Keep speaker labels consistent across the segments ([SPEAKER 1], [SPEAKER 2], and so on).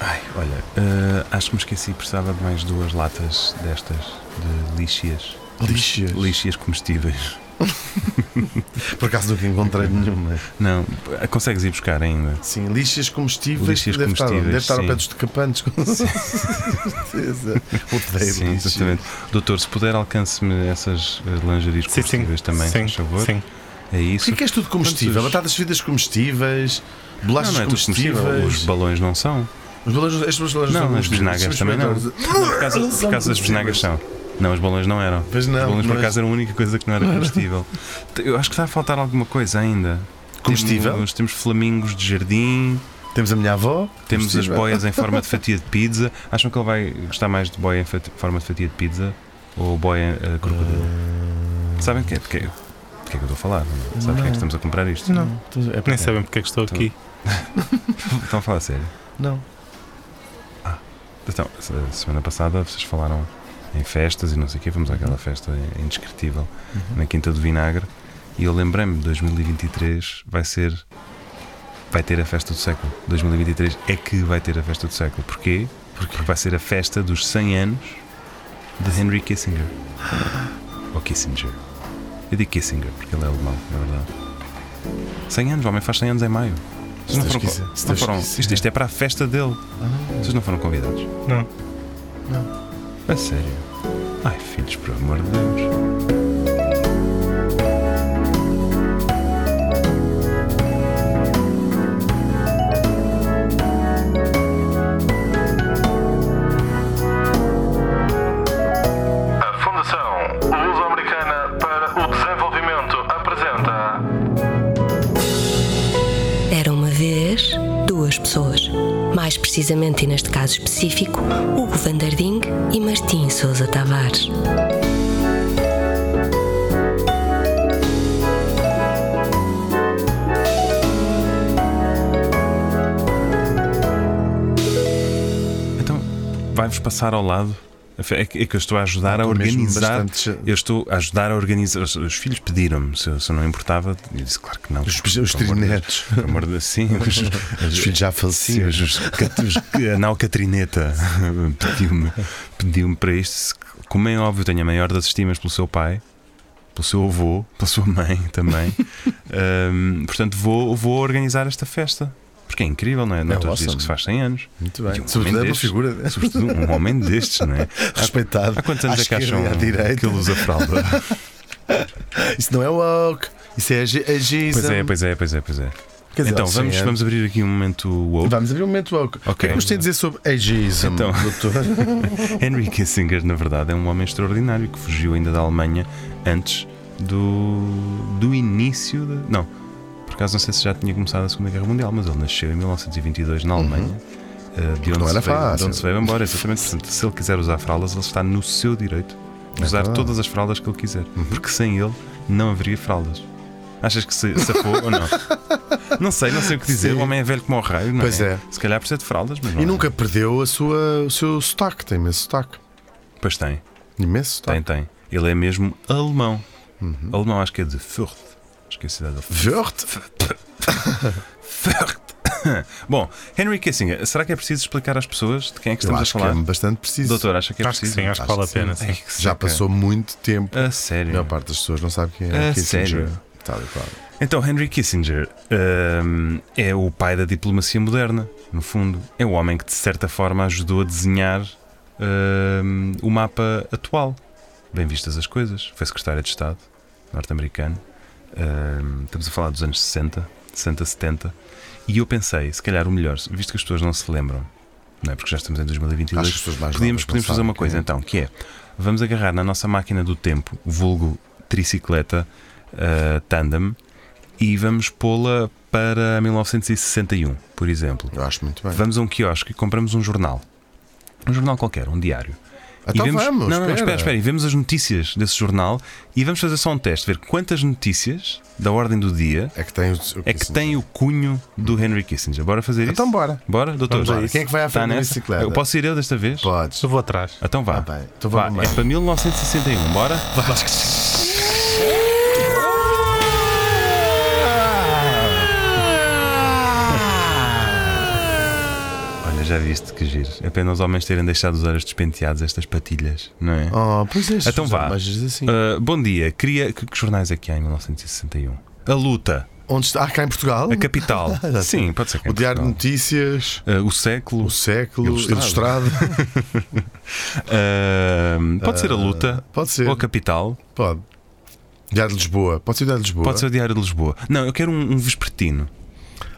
[SPEAKER 1] Ai, olha, eh, acho que me esqueci, precisava de mais duas latas destas, de lixias.
[SPEAKER 2] Lixias.
[SPEAKER 1] Lixias comestíveis.
[SPEAKER 2] Por acaso nunca encontrei nenhuma.
[SPEAKER 1] Não, p- consegues ir buscar ainda.
[SPEAKER 2] Sim, lixas comestíveis.
[SPEAKER 1] Lixas
[SPEAKER 2] deve estar,
[SPEAKER 1] comestíveis,
[SPEAKER 2] deve estar ao
[SPEAKER 1] sim.
[SPEAKER 2] pé dos decapantes, com certeza. Odeio
[SPEAKER 1] Sim,
[SPEAKER 2] lixas.
[SPEAKER 1] exatamente. Doutor, se puder, alcance-me essas eh, lingeries
[SPEAKER 3] Sim,
[SPEAKER 1] comestíveis também,
[SPEAKER 3] sim,
[SPEAKER 1] por favor.
[SPEAKER 3] Sim.
[SPEAKER 1] É
[SPEAKER 2] O
[SPEAKER 1] isso.
[SPEAKER 2] que é que és tudo comestível?
[SPEAKER 1] Quantos-
[SPEAKER 2] Batatas fritas comestíveis,
[SPEAKER 1] Não,
[SPEAKER 2] bolachas
[SPEAKER 1] não é tudo
[SPEAKER 2] comestíveis.
[SPEAKER 1] comestível. Os balões não são.
[SPEAKER 2] Os balões, estes balões
[SPEAKER 1] Não,
[SPEAKER 2] são
[SPEAKER 1] as bisnagas também não.
[SPEAKER 2] Sim,
[SPEAKER 1] Não, Por causa, por causa das bisnagas são. Não, os balões não eram.
[SPEAKER 2] Pois não,
[SPEAKER 1] os balões por
[SPEAKER 2] mas-
[SPEAKER 1] acaso eram a única coisa que não era comestível. Eu acho que está a faltar alguma coisa ainda.
[SPEAKER 2] Comestível?
[SPEAKER 1] Temos, um- temos flamingos de jardim,
[SPEAKER 2] Temos a minha avó.
[SPEAKER 1] temos
[SPEAKER 2] comestível.
[SPEAKER 1] as boias em forma de fatia de pizza. Acham que ele vai gostar mais de boia em fati- forma de fatia de pizza ou boia uh, crocodilo? Sabem o que é? De que, de que é que eu estou a falar? Não. Sabem o que é que estamos a comprar isto?
[SPEAKER 3] Não.
[SPEAKER 2] É
[SPEAKER 3] Nem
[SPEAKER 2] porque-
[SPEAKER 3] sabem porque é que estou
[SPEAKER 1] Então-
[SPEAKER 3] aqui.
[SPEAKER 1] Estão a falar a sério.
[SPEAKER 2] Não.
[SPEAKER 1] Então, se- semana passada vocês falaram em festas e não sei o quê, fomos àquela festa indescritível na Quinta do Vinagre e eu lembrei-me, 2023 vai ser. Vai ter a festa do século. 2023 é que vai ter a festa do século. Porquê? Porque vai ser a festa dos 100 anos de Henry Kissinger. Ou Kissinger. Eu digo Kissinger porque ele é alemão, é verdade. 100 anos, o homem faz 100 anos em maio. Vocês não
[SPEAKER 2] Deus
[SPEAKER 1] foram, co-
[SPEAKER 2] quiser, se
[SPEAKER 1] não
[SPEAKER 2] Deus
[SPEAKER 1] foram, Ah.
[SPEAKER 2] quiser.
[SPEAKER 1] isto, isto é para a festa dele. Vocês não foram convidados?
[SPEAKER 3] Não.
[SPEAKER 1] A sério? Ai, filhos, por amor de Deus.
[SPEAKER 4] A Fundação Luso-Americana para o Desenvolvimento apresenta
[SPEAKER 5] Era uma vez duas pessoas. Mais precisamente, e neste caso específico, Hugo Vanderding e Martim Sousa Tavares.
[SPEAKER 1] Então, vai-vos passar ao lado. É que é que eu estou a ajudar a
[SPEAKER 2] Estou mesmo
[SPEAKER 1] organizar.
[SPEAKER 2] bastante che-
[SPEAKER 1] Eu estou a ajudar a organizar. Os, os filhos pediram-me se eu, se eu não importava. Eu disse, claro que não.
[SPEAKER 2] Os,
[SPEAKER 1] por-
[SPEAKER 2] os
[SPEAKER 1] por amor de Deus.
[SPEAKER 2] trinetos.
[SPEAKER 1] Por amor de Deus, sim. Os,
[SPEAKER 2] Os filhos já
[SPEAKER 1] Sim,
[SPEAKER 2] falecidos.
[SPEAKER 1] os, os, cat- os, a Nau Catrineta pediu-me pediu para isto. Se- Como é óbvio, tenho a maior das estimas pelo seu pai, pelo seu avô, pela sua mãe também. Ahm, portanto, vou, vou organizar esta festa. Porque é incrível, não é? Não
[SPEAKER 2] É
[SPEAKER 1] todos os dias
[SPEAKER 2] awesome.
[SPEAKER 1] que se faz 100 anos.
[SPEAKER 2] Muito
[SPEAKER 1] E um
[SPEAKER 2] bem. Sobretudo é
[SPEAKER 1] homem
[SPEAKER 2] uma
[SPEAKER 1] destes.
[SPEAKER 2] figura
[SPEAKER 1] Sobretudo um homem destes, não é?
[SPEAKER 2] respeitada.
[SPEAKER 1] Há quantos anos
[SPEAKER 2] à
[SPEAKER 1] é que
[SPEAKER 2] esquerda
[SPEAKER 1] acham
[SPEAKER 2] e à direita.
[SPEAKER 1] que ele usa fralda?
[SPEAKER 2] Isso não é woke. Isso é agi- agismo.
[SPEAKER 1] pois é, pois é, pois é, pois é.
[SPEAKER 2] Quer dizer,
[SPEAKER 1] Então,
[SPEAKER 2] sim,
[SPEAKER 1] vamos,
[SPEAKER 2] é.
[SPEAKER 1] vamos abrir aqui um momento woke.
[SPEAKER 2] Vamos abrir um momento woke. O que é que nos tem a dizer sobre ageism,
[SPEAKER 1] Então.
[SPEAKER 2] doutor?
[SPEAKER 1] Henry Kissinger, na verdade, é um homem extraordinário que fugiu ainda da Alemanha antes do, do início. da- não, por acaso não sei se já tinha começado a Segunda Guerra Mundial, mas ele nasceu em 1922 na Alemanha. eh, de onde
[SPEAKER 2] Uhum. Não
[SPEAKER 1] se
[SPEAKER 2] era
[SPEAKER 1] veio,
[SPEAKER 2] fácil.
[SPEAKER 1] De onde se veio embora, exatamente. Portanto, se ele quiser usar fraldas, ele está no seu direito de
[SPEAKER 2] É
[SPEAKER 1] usar
[SPEAKER 2] verdade. Uhum.
[SPEAKER 1] todas as fraldas que ele quiser, porque sem ele não haveria fraldas. Achas que se safou ou não? Não sei, não sei o que dizer.
[SPEAKER 2] Sim.
[SPEAKER 1] O homem é velho como o raio, não
[SPEAKER 2] Pois é.
[SPEAKER 1] Se calhar precisa de fraldas, mas não
[SPEAKER 2] E
[SPEAKER 1] é.
[SPEAKER 2] nunca perdeu a sua, o seu sotaque. Tem imenso sotaque.
[SPEAKER 1] Pois tem.
[SPEAKER 2] Imenso
[SPEAKER 1] Tem,
[SPEAKER 2] sotaque.
[SPEAKER 1] tem. Ele é mesmo alemão.
[SPEAKER 2] Uhum.
[SPEAKER 1] Alemão, acho que é de Fürth. Acho que é a cidade de
[SPEAKER 2] Verde?
[SPEAKER 1] Fürth. Bom, Henry Kissinger, será que é preciso explicar às pessoas de quem é que
[SPEAKER 2] Eu
[SPEAKER 1] estamos
[SPEAKER 2] acho
[SPEAKER 1] a
[SPEAKER 2] que é
[SPEAKER 1] falar?
[SPEAKER 2] bastante preciso.
[SPEAKER 1] Doutor, acha que é
[SPEAKER 3] acho que
[SPEAKER 1] preciso?
[SPEAKER 3] sim, acho que vale a
[SPEAKER 2] Acho que
[SPEAKER 3] pena.
[SPEAKER 1] Ai,
[SPEAKER 3] Sim.
[SPEAKER 1] que
[SPEAKER 2] Já
[SPEAKER 1] seca.
[SPEAKER 2] passou muito tempo.
[SPEAKER 1] A
[SPEAKER 2] A
[SPEAKER 1] sério.
[SPEAKER 2] maior parte das pessoas não sabe quem é.
[SPEAKER 1] A
[SPEAKER 2] Kissinger.
[SPEAKER 1] Ah, sério?
[SPEAKER 2] Tal e qual.
[SPEAKER 1] Então, Henry Kissinger hum, é o pai da diplomacia moderna, no fundo. É o homem que, de certa forma, ajudou a desenhar hum, o mapa atual. Bem vistas as coisas. Foi secretário de Estado norte-americano. Hum, estamos a falar dos anos 60, 60, 70. E eu pensei, se calhar o melhor, visto que as pessoas não se lembram, não é? Porque já estamos em 2022.
[SPEAKER 2] Acho que as pessoas mais
[SPEAKER 1] Podíamos,
[SPEAKER 2] novas não
[SPEAKER 1] podíamos fazer
[SPEAKER 2] sabem
[SPEAKER 1] uma coisa
[SPEAKER 2] quem é.
[SPEAKER 1] então, que é vamos agarrar na nossa máquina do tempo, vulgo tricicleta ah, tandem, e vamos pô-la para 1961, por exemplo.
[SPEAKER 2] Eu acho muito bem.
[SPEAKER 1] Vamos a um quiosque e compramos um jornal. Um jornal qualquer, um diário.
[SPEAKER 2] Então
[SPEAKER 1] e vemos, não,
[SPEAKER 2] vamos,
[SPEAKER 1] não, não,
[SPEAKER 2] espera.
[SPEAKER 1] espera, espera. E vemos as notícias desse jornal e vamos fazer só um teste, ver quantas notícias da ordem do dia
[SPEAKER 2] É que tem o, o
[SPEAKER 1] é que tem o cunho do Henry Kissinger. Bora fazer isso?
[SPEAKER 2] Então bora.
[SPEAKER 1] Bora, doutor.
[SPEAKER 2] Vamos a isso. Quem é que vai à
[SPEAKER 1] Está
[SPEAKER 2] frente da
[SPEAKER 1] nessa?
[SPEAKER 2] bicicleta?
[SPEAKER 1] Eu Posso ir eu desta vez?
[SPEAKER 2] Podes.
[SPEAKER 3] Eu vou atrás.
[SPEAKER 1] Então vá.
[SPEAKER 2] Ah, bem. Então
[SPEAKER 1] Vá,
[SPEAKER 2] vamos lá.
[SPEAKER 1] é para 1961, bora? Olha, já viste que giro. Ah! É Pena os homens terem deixado os olhos despenteados, estas patilhas, não é?
[SPEAKER 2] Oh, pois é,
[SPEAKER 1] Então vá.
[SPEAKER 2] Mas assim.
[SPEAKER 1] Ah, bom dia. Queria... Que, que jornais é que há em 1961? A Luta,
[SPEAKER 2] Onde está? Ah, cá em Portugal?
[SPEAKER 1] a Capital. Sim, pode ser. que
[SPEAKER 2] o
[SPEAKER 1] em
[SPEAKER 2] Diário de
[SPEAKER 1] Portugal.
[SPEAKER 2] É Notícias,
[SPEAKER 1] Ah, o Século.
[SPEAKER 2] o Século,
[SPEAKER 1] Ilustrado.
[SPEAKER 2] Ilustrado.
[SPEAKER 1] Ah, pode ser a Luta.
[SPEAKER 2] Ah, Pode ser.
[SPEAKER 1] Ou a Capital.
[SPEAKER 2] Pode. Diário de Lisboa. Pode ser o Diário de Lisboa.
[SPEAKER 1] Pode ser o Diário de Lisboa. Não, eu quero um, um vespertino.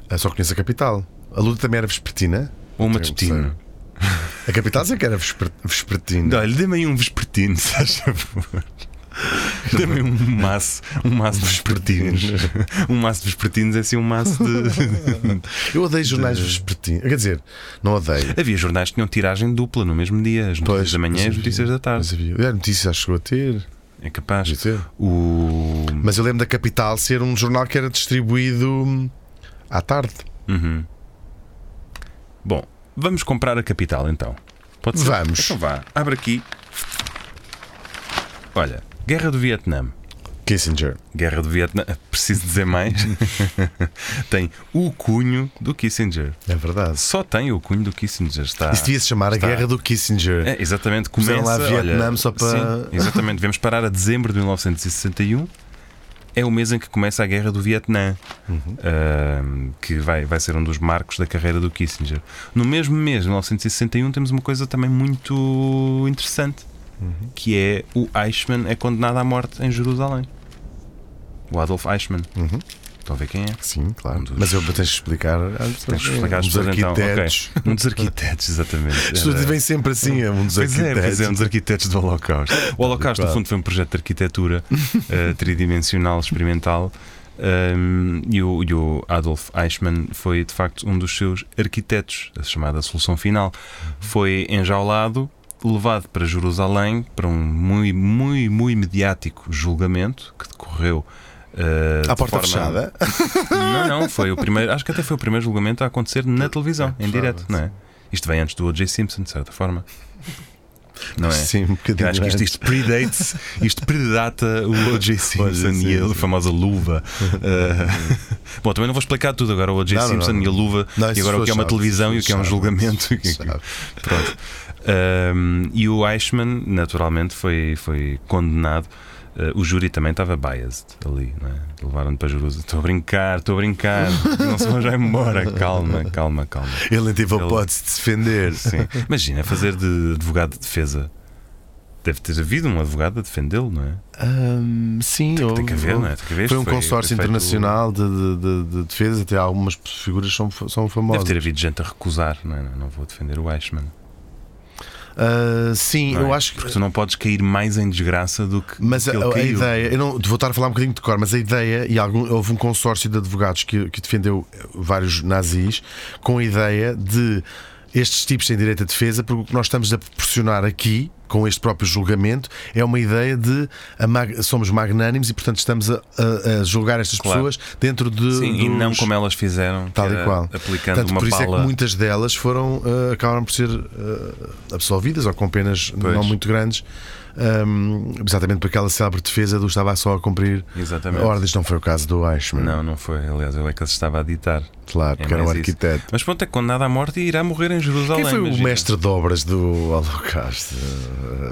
[SPEAKER 2] Eu É só conheço a capital. A luta também era vespertina.
[SPEAKER 1] Ou um
[SPEAKER 2] Tenho que
[SPEAKER 1] matutino.
[SPEAKER 2] A capital sei que era vesper- vespertina.
[SPEAKER 1] Olha, dê-me aí um vespertino, se faz favor. Dê-me um maço, um maço de vespertinos. Um maço de vespertinos é assim um maço de.
[SPEAKER 2] Eu odeio jornais vespertinos. Quer dizer, não odeio.
[SPEAKER 1] Havia jornais que tinham tiragem dupla no mesmo dia, as notícias
[SPEAKER 2] Pois,
[SPEAKER 1] da manhã e
[SPEAKER 2] mas
[SPEAKER 1] as
[SPEAKER 2] havia-
[SPEAKER 1] notícias da
[SPEAKER 2] Mas
[SPEAKER 1] tarde.
[SPEAKER 2] havia. O Diário de Notícias acho que chegou a ter.
[SPEAKER 1] É capaz.
[SPEAKER 2] Devia ter.
[SPEAKER 1] O.
[SPEAKER 2] Mas eu lembro da Capital ser um jornal que era distribuído hum, à tarde.
[SPEAKER 1] Uhum. Bom, vamos comprar a capital então. Pode ser?
[SPEAKER 2] Vamos.
[SPEAKER 1] Então vá, abre aqui. Olha, Guerra do Vietnã.
[SPEAKER 2] Kissinger.
[SPEAKER 1] Guerra do Vietnã, preciso dizer mais. tem o cunho do Kissinger.
[SPEAKER 2] É verdade.
[SPEAKER 1] Só tem o cunho do Kissinger. Está.
[SPEAKER 2] Isso devia se chamar a Guerra do Kissinger.
[SPEAKER 1] É, exatamente, começa
[SPEAKER 2] Puseram lá Vietnã
[SPEAKER 1] olha,
[SPEAKER 2] só para-
[SPEAKER 1] Sim, exatamente, vamos parar a dezembro de 1961. É o mês em que começa a Guerra do Vietnã,
[SPEAKER 2] Uhum.
[SPEAKER 1] ahm, que vai, vai ser um dos marcos da carreira do Kissinger. No mesmo mês, 1961, temos uma coisa também muito interessante,
[SPEAKER 2] Uhum.
[SPEAKER 1] que é o Eichmann é condenado à morte em Jerusalém. O Adolf Eichmann.
[SPEAKER 2] Uhum.
[SPEAKER 1] Estão a ver quem é?
[SPEAKER 2] Sim, claro.
[SPEAKER 1] Um dos-
[SPEAKER 2] Mas eu tens de explicar.
[SPEAKER 1] Temos que explicar às
[SPEAKER 2] Os
[SPEAKER 1] pessoas, então.
[SPEAKER 2] é, arquitetos.
[SPEAKER 1] Ok. Um dos arquitetos, exatamente.
[SPEAKER 2] As pessoas
[SPEAKER 1] Era-
[SPEAKER 2] vivem sempre assim, é um dos
[SPEAKER 1] Pois é,
[SPEAKER 2] arquitetos.
[SPEAKER 1] pois é, um dos arquitetos do Holocausto. O Holocausto, no
[SPEAKER 2] Claro.
[SPEAKER 1] fundo, foi um projeto de arquitetura eh, tridimensional, experimental. ehm, e, o, e o Adolf Eichmann foi, de facto, um dos seus arquitetos, a chamada solução final. Foi enjaulado, levado para Jerusalém para um muito, muito, muito mediático julgamento que decorreu. eh,
[SPEAKER 2] À
[SPEAKER 1] de
[SPEAKER 2] porta
[SPEAKER 1] forma-
[SPEAKER 2] fechada.
[SPEAKER 1] Não, não, foi o primeiro, acho que até foi o primeiro julgamento a acontecer na televisão, em direto, não é? Isto vem antes do O.J. Simpson, de certa forma. Não é?
[SPEAKER 2] Sim,
[SPEAKER 1] Eu
[SPEAKER 2] um bocadinho.
[SPEAKER 1] acho que isto,
[SPEAKER 2] antes.
[SPEAKER 1] isto predates, isto predata o O.J. Simpson
[SPEAKER 2] sim,
[SPEAKER 1] e a
[SPEAKER 2] sim.
[SPEAKER 1] famosa luva. Ah, Bom, também não vou explicar tudo agora o O.J.
[SPEAKER 2] Não, não,
[SPEAKER 1] Simpson
[SPEAKER 2] não,
[SPEAKER 1] e a luva,
[SPEAKER 2] Não,
[SPEAKER 1] e
[SPEAKER 2] isso
[SPEAKER 1] agora o
[SPEAKER 2] foi
[SPEAKER 1] que é uma
[SPEAKER 2] chato,
[SPEAKER 1] televisão e o
[SPEAKER 2] foi
[SPEAKER 1] que é um
[SPEAKER 2] chato,
[SPEAKER 1] julgamento.
[SPEAKER 2] foi chato.
[SPEAKER 1] Pronto. Ahm, e o Eichmann, naturalmente, foi, foi condenado. Ah, o júri também estava biased ali, não é? Levaram-no para Jerusalém. Estou a brincar, estou a brincar. Não se vão já embora. Calma, calma, calma.
[SPEAKER 2] Ele nem teve a
[SPEAKER 1] Ele-
[SPEAKER 2] hipótese de se defender.
[SPEAKER 1] Sim. Imagina, fazer de advogado de defesa. Deve ter havido um advogado a defendê-lo, não é?
[SPEAKER 2] Ahm, sim, houve,
[SPEAKER 1] Tem que haver, não é? Tem que haver.
[SPEAKER 2] Foi um
[SPEAKER 1] Foi-
[SPEAKER 2] consórcio
[SPEAKER 1] foi feito-
[SPEAKER 2] internacional de, de- de- de defesa, até algumas figuras são, são
[SPEAKER 1] Deve
[SPEAKER 2] famosas.
[SPEAKER 1] ter havido gente a recusar, não é? Não, não vou defender o Eichmann.
[SPEAKER 2] Ah, sim,
[SPEAKER 1] não é?
[SPEAKER 2] eu acho que.
[SPEAKER 1] Porque tu não podes cair mais em desgraça do que.
[SPEAKER 2] Mas
[SPEAKER 1] do
[SPEAKER 2] a,
[SPEAKER 1] que ele
[SPEAKER 2] a
[SPEAKER 1] caiu.
[SPEAKER 2] ideia, eu não vou estar a falar um bocadinho de cor, mas a ideia, e algum- houve um consórcio de advogados que, que defendeu eh, vários nazis com a ideia de estes tipos têm direito à defesa, porque o que nós estamos a proporcionar aqui, com este próprio julgamento, é uma ideia de a mag- somos magnânimos e, portanto, estamos a, a- a julgar estas
[SPEAKER 1] Claro.
[SPEAKER 2] pessoas dentro de.
[SPEAKER 1] Sim, e não
[SPEAKER 2] dos-
[SPEAKER 1] como elas fizeram, que
[SPEAKER 2] Tal
[SPEAKER 1] era
[SPEAKER 2] e qual.
[SPEAKER 1] aplicando
[SPEAKER 2] Portanto,
[SPEAKER 1] uma
[SPEAKER 2] por isso
[SPEAKER 1] bala.
[SPEAKER 2] é que muitas delas foram, eh, acabaram por ser eh, absolvidas ou com penas
[SPEAKER 1] Pois.
[SPEAKER 2] não muito grandes, ehm, exatamente por aquela célebre defesa do estava só a cumprir
[SPEAKER 1] Exatamente.
[SPEAKER 2] ordens. Não foi o caso do Eichmann,
[SPEAKER 1] Não, não foi. Aliás, ele é que as estava a ditar. É
[SPEAKER 2] claro, porque era um
[SPEAKER 1] mais isso.
[SPEAKER 2] arquiteto.
[SPEAKER 1] Mas pronto, é condenado à morte e irá morrer em Jerusalém.
[SPEAKER 2] Quem foi o
[SPEAKER 1] imagina.
[SPEAKER 2] mestre de obras do Holocausto?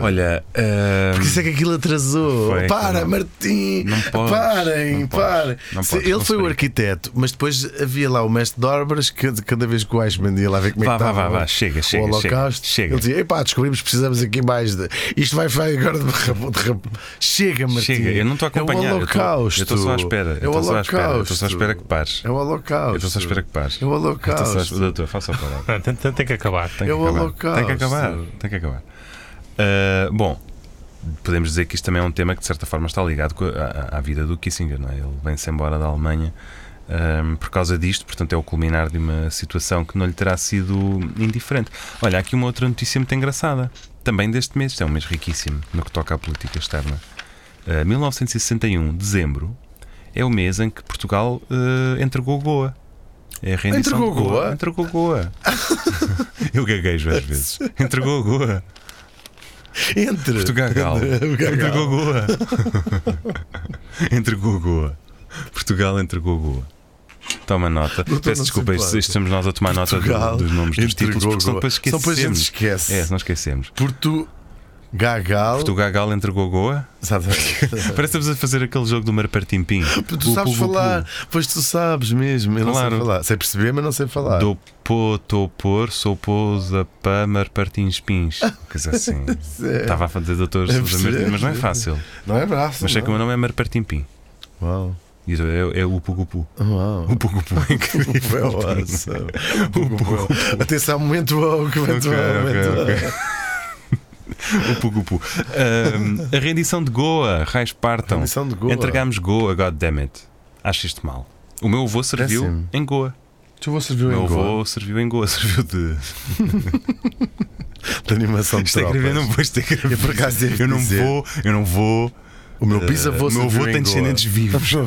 [SPEAKER 1] Olha. ehm, ahm,
[SPEAKER 2] Por isso é que aquilo atrasou.
[SPEAKER 1] Foi,
[SPEAKER 2] Para,
[SPEAKER 1] não-
[SPEAKER 2] Martim!
[SPEAKER 1] não podes,
[SPEAKER 2] parem,
[SPEAKER 1] não podes,
[SPEAKER 2] parem!
[SPEAKER 1] não
[SPEAKER 2] Se-
[SPEAKER 1] podes,
[SPEAKER 2] Ele
[SPEAKER 1] não se
[SPEAKER 2] foi o
[SPEAKER 1] brinca.
[SPEAKER 2] arquiteto, mas depois havia lá o mestre de obras que cada vez que o Eichmann ia lá ver como é
[SPEAKER 1] Vá,
[SPEAKER 2] que
[SPEAKER 1] vá,
[SPEAKER 2] estava.
[SPEAKER 1] vá, vá, chega, chega,
[SPEAKER 2] o
[SPEAKER 1] chega,
[SPEAKER 2] holocausto.
[SPEAKER 1] chega.
[SPEAKER 2] Ele dizia: Epá, descobrimos que precisamos aqui mais de. Isto vai ficar agora de rabo. De rabo. Chega, Martim.
[SPEAKER 1] Chega, eu não estou a acompanhar.
[SPEAKER 2] É o
[SPEAKER 1] eu estou-
[SPEAKER 2] holocausto.
[SPEAKER 1] Eu estou só à espera.
[SPEAKER 2] É
[SPEAKER 1] eu
[SPEAKER 2] o
[SPEAKER 1] estou só à espera. Eu estou só à
[SPEAKER 2] holocausto.
[SPEAKER 1] espera que pares.
[SPEAKER 2] É o
[SPEAKER 1] Eu estou só à espera que pares.
[SPEAKER 2] holocausto. É o
[SPEAKER 1] Eu estou só à
[SPEAKER 2] holocausto.
[SPEAKER 1] espera- Doutor, faça a palavra.
[SPEAKER 3] Não, tem, tem- tem que acabar.
[SPEAKER 1] Tem que
[SPEAKER 2] É o
[SPEAKER 1] acabar.
[SPEAKER 2] Holocausto.
[SPEAKER 1] Tem que acabar. Tem que acabar. Ah, bom, podemos dizer que isto também é um tema que de certa forma está ligado co- à, à- à vida do Kissinger. Não é? Ele vem-se embora da Alemanha ahm, por causa disto, portanto é o culminar de uma situação que não lhe terá sido indiferente. Olha, há aqui uma outra notícia muito engraçada, também deste mês, isto é um mês riquíssimo no que toca à política externa. Ah, 1961, dezembro, é o mês em que Portugal ah, entregou Goa. É a rendição
[SPEAKER 2] Entregou
[SPEAKER 1] de
[SPEAKER 2] Goa?
[SPEAKER 1] Entregou Goa. Eu gaguejo às vezes. Entregou Goa.
[SPEAKER 2] Entre.
[SPEAKER 1] Portugal. Entregou
[SPEAKER 2] Portugal.
[SPEAKER 1] Goa. entregou Goa. Portugal entregou Goa. Toma nota.
[SPEAKER 2] Doutor,
[SPEAKER 1] Peço
[SPEAKER 2] não se
[SPEAKER 1] desculpa, isto,
[SPEAKER 2] importa.
[SPEAKER 1] isto somos nós a tomar nota do-
[SPEAKER 2] Portugal
[SPEAKER 1] dos nomes dos
[SPEAKER 2] entregou
[SPEAKER 1] títulos, porque senão
[SPEAKER 2] gol.
[SPEAKER 1] depois
[SPEAKER 2] Senão
[SPEAKER 1] esquecemos.
[SPEAKER 2] depois a gente esquece.
[SPEAKER 1] É, não esquecemos.
[SPEAKER 2] Porto Gagal.
[SPEAKER 1] Portugal Gal entregou Goa.
[SPEAKER 2] Sabe-
[SPEAKER 1] Parece que estamos a fazer aquele jogo do Marpartim Pim.
[SPEAKER 2] tu sabes falar, pois tu sabes mesmo. Eu não
[SPEAKER 1] Claro.
[SPEAKER 2] sei falar. Sei perceber, mas não sei falar.
[SPEAKER 1] Do pô, tô por, sou pô, zapá, marpartins pins. Coisa assim. Estava a fazer doutor
[SPEAKER 2] Eu
[SPEAKER 1] Sousa Martins,
[SPEAKER 2] percebi.
[SPEAKER 1] mas não é fácil.
[SPEAKER 2] É. Não é braço.
[SPEAKER 1] Mas sei que o
[SPEAKER 2] não.
[SPEAKER 1] meu nome é marpartim pim.
[SPEAKER 2] Uau.
[SPEAKER 1] E É, é o Pugupu.
[SPEAKER 2] Uau.
[SPEAKER 1] O Pugupu é incrível.
[SPEAKER 2] Foi awesome. Atenção, momento wow, que momento
[SPEAKER 1] Ok,
[SPEAKER 2] wow,
[SPEAKER 1] ok,
[SPEAKER 2] momento wow.
[SPEAKER 1] ok. O Pugupu. Ahm, a rendição de Goa, raios partam.
[SPEAKER 2] Rendição de Goa.
[SPEAKER 1] Entregámos Goa, goddammit. Acho isto mal. O meu avô serviu
[SPEAKER 2] Péssimo.
[SPEAKER 1] em Goa.
[SPEAKER 2] Tu vou servir
[SPEAKER 1] O
[SPEAKER 2] um
[SPEAKER 1] meu
[SPEAKER 2] gol
[SPEAKER 1] avô serviu em Goa, serviu de.
[SPEAKER 2] de animação de
[SPEAKER 1] Isto é
[SPEAKER 2] tropas.
[SPEAKER 1] grave, eu não vou, isto é grave.
[SPEAKER 2] Eu por acaso devo
[SPEAKER 1] Eu não
[SPEAKER 2] dizer-
[SPEAKER 1] vou, eu não vou.
[SPEAKER 2] O meu bisavô
[SPEAKER 1] Eh, meu avô
[SPEAKER 2] serviu em
[SPEAKER 1] tem
[SPEAKER 2] Goa.
[SPEAKER 1] descendentes vivos.
[SPEAKER 2] O meu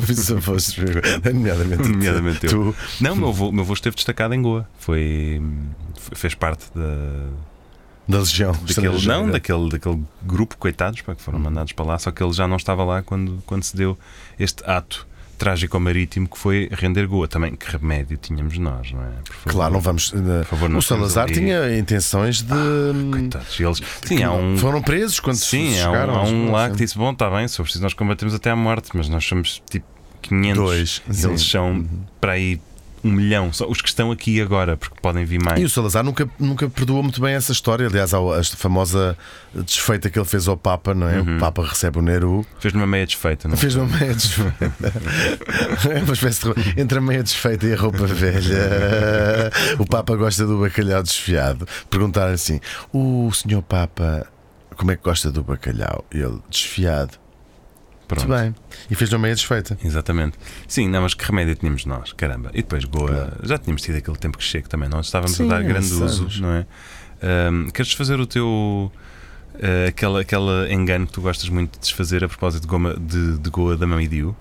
[SPEAKER 2] bisavô serviu, nomeadamente, tu.
[SPEAKER 1] Nomeadamente eu.
[SPEAKER 2] tu.
[SPEAKER 1] Não, meu avô, meu avô esteve destacado em Goa. Foi. f- fez parte da,
[SPEAKER 2] Da Legião.
[SPEAKER 1] daquele,
[SPEAKER 2] estrangeira.
[SPEAKER 1] não, daquele, daquele grupo, coitados, pá, que
[SPEAKER 2] Hum.
[SPEAKER 1] foram mandados para lá. Só que ele já não estava lá quando, quando se deu este ato trágico marítimo que foi render Goa. Também, que remédio tínhamos nós, não é? Por favor.
[SPEAKER 2] Claro, não vamos. eh,
[SPEAKER 1] favor, não
[SPEAKER 2] o Salazar
[SPEAKER 1] estamos ali.
[SPEAKER 2] tinha intenções de. hum,
[SPEAKER 1] Coitados, e eles. Sim, há um.
[SPEAKER 2] Foram presos quando
[SPEAKER 1] Sim, há um,
[SPEAKER 2] chegaram.
[SPEAKER 1] há
[SPEAKER 2] acho
[SPEAKER 1] um
[SPEAKER 2] que
[SPEAKER 1] lá
[SPEAKER 2] não
[SPEAKER 1] que
[SPEAKER 2] sei.
[SPEAKER 1] disse: Bom, está bem, se for preciso, nós combatemos até à morte, mas nós somos tipo 500.
[SPEAKER 2] Dois, sim. Uhum.
[SPEAKER 1] Eles são para aí um milhão, só os que estão aqui agora, porque podem vir mais.
[SPEAKER 2] E o Salazar nunca, nunca perdoou muito bem essa história. Aliás, há a famosa desfeita que ele fez ao Papa, não é? O Papa recebe o Nehru.
[SPEAKER 1] Fez-me uma meia desfeita, não é?
[SPEAKER 2] Fez uma meia desfeita. É uma espécie de roupa. Entre a meia desfeita e a roupa velha. O Papa gosta do bacalhau desfiado. Perguntaram assim: o senhor Papa, como é que gosta do bacalhau? E ele, desfiado.
[SPEAKER 1] Pronto.
[SPEAKER 2] Muito bem. E fez uma meia desfeita.
[SPEAKER 1] Exatamente. Sim, não, mas que remédio tínhamos nós, caramba. E depois Goa, já tínhamos tido aquele tempo que chega também, nós estávamos
[SPEAKER 2] Sim,
[SPEAKER 1] a dar grande
[SPEAKER 2] avançamos.
[SPEAKER 1] uso, não é? Ahm, queres fazer o teu. ah, aquela, aquela engano que tu gostas muito de desfazer a propósito de, goma, de, de Goa da Mamidiu?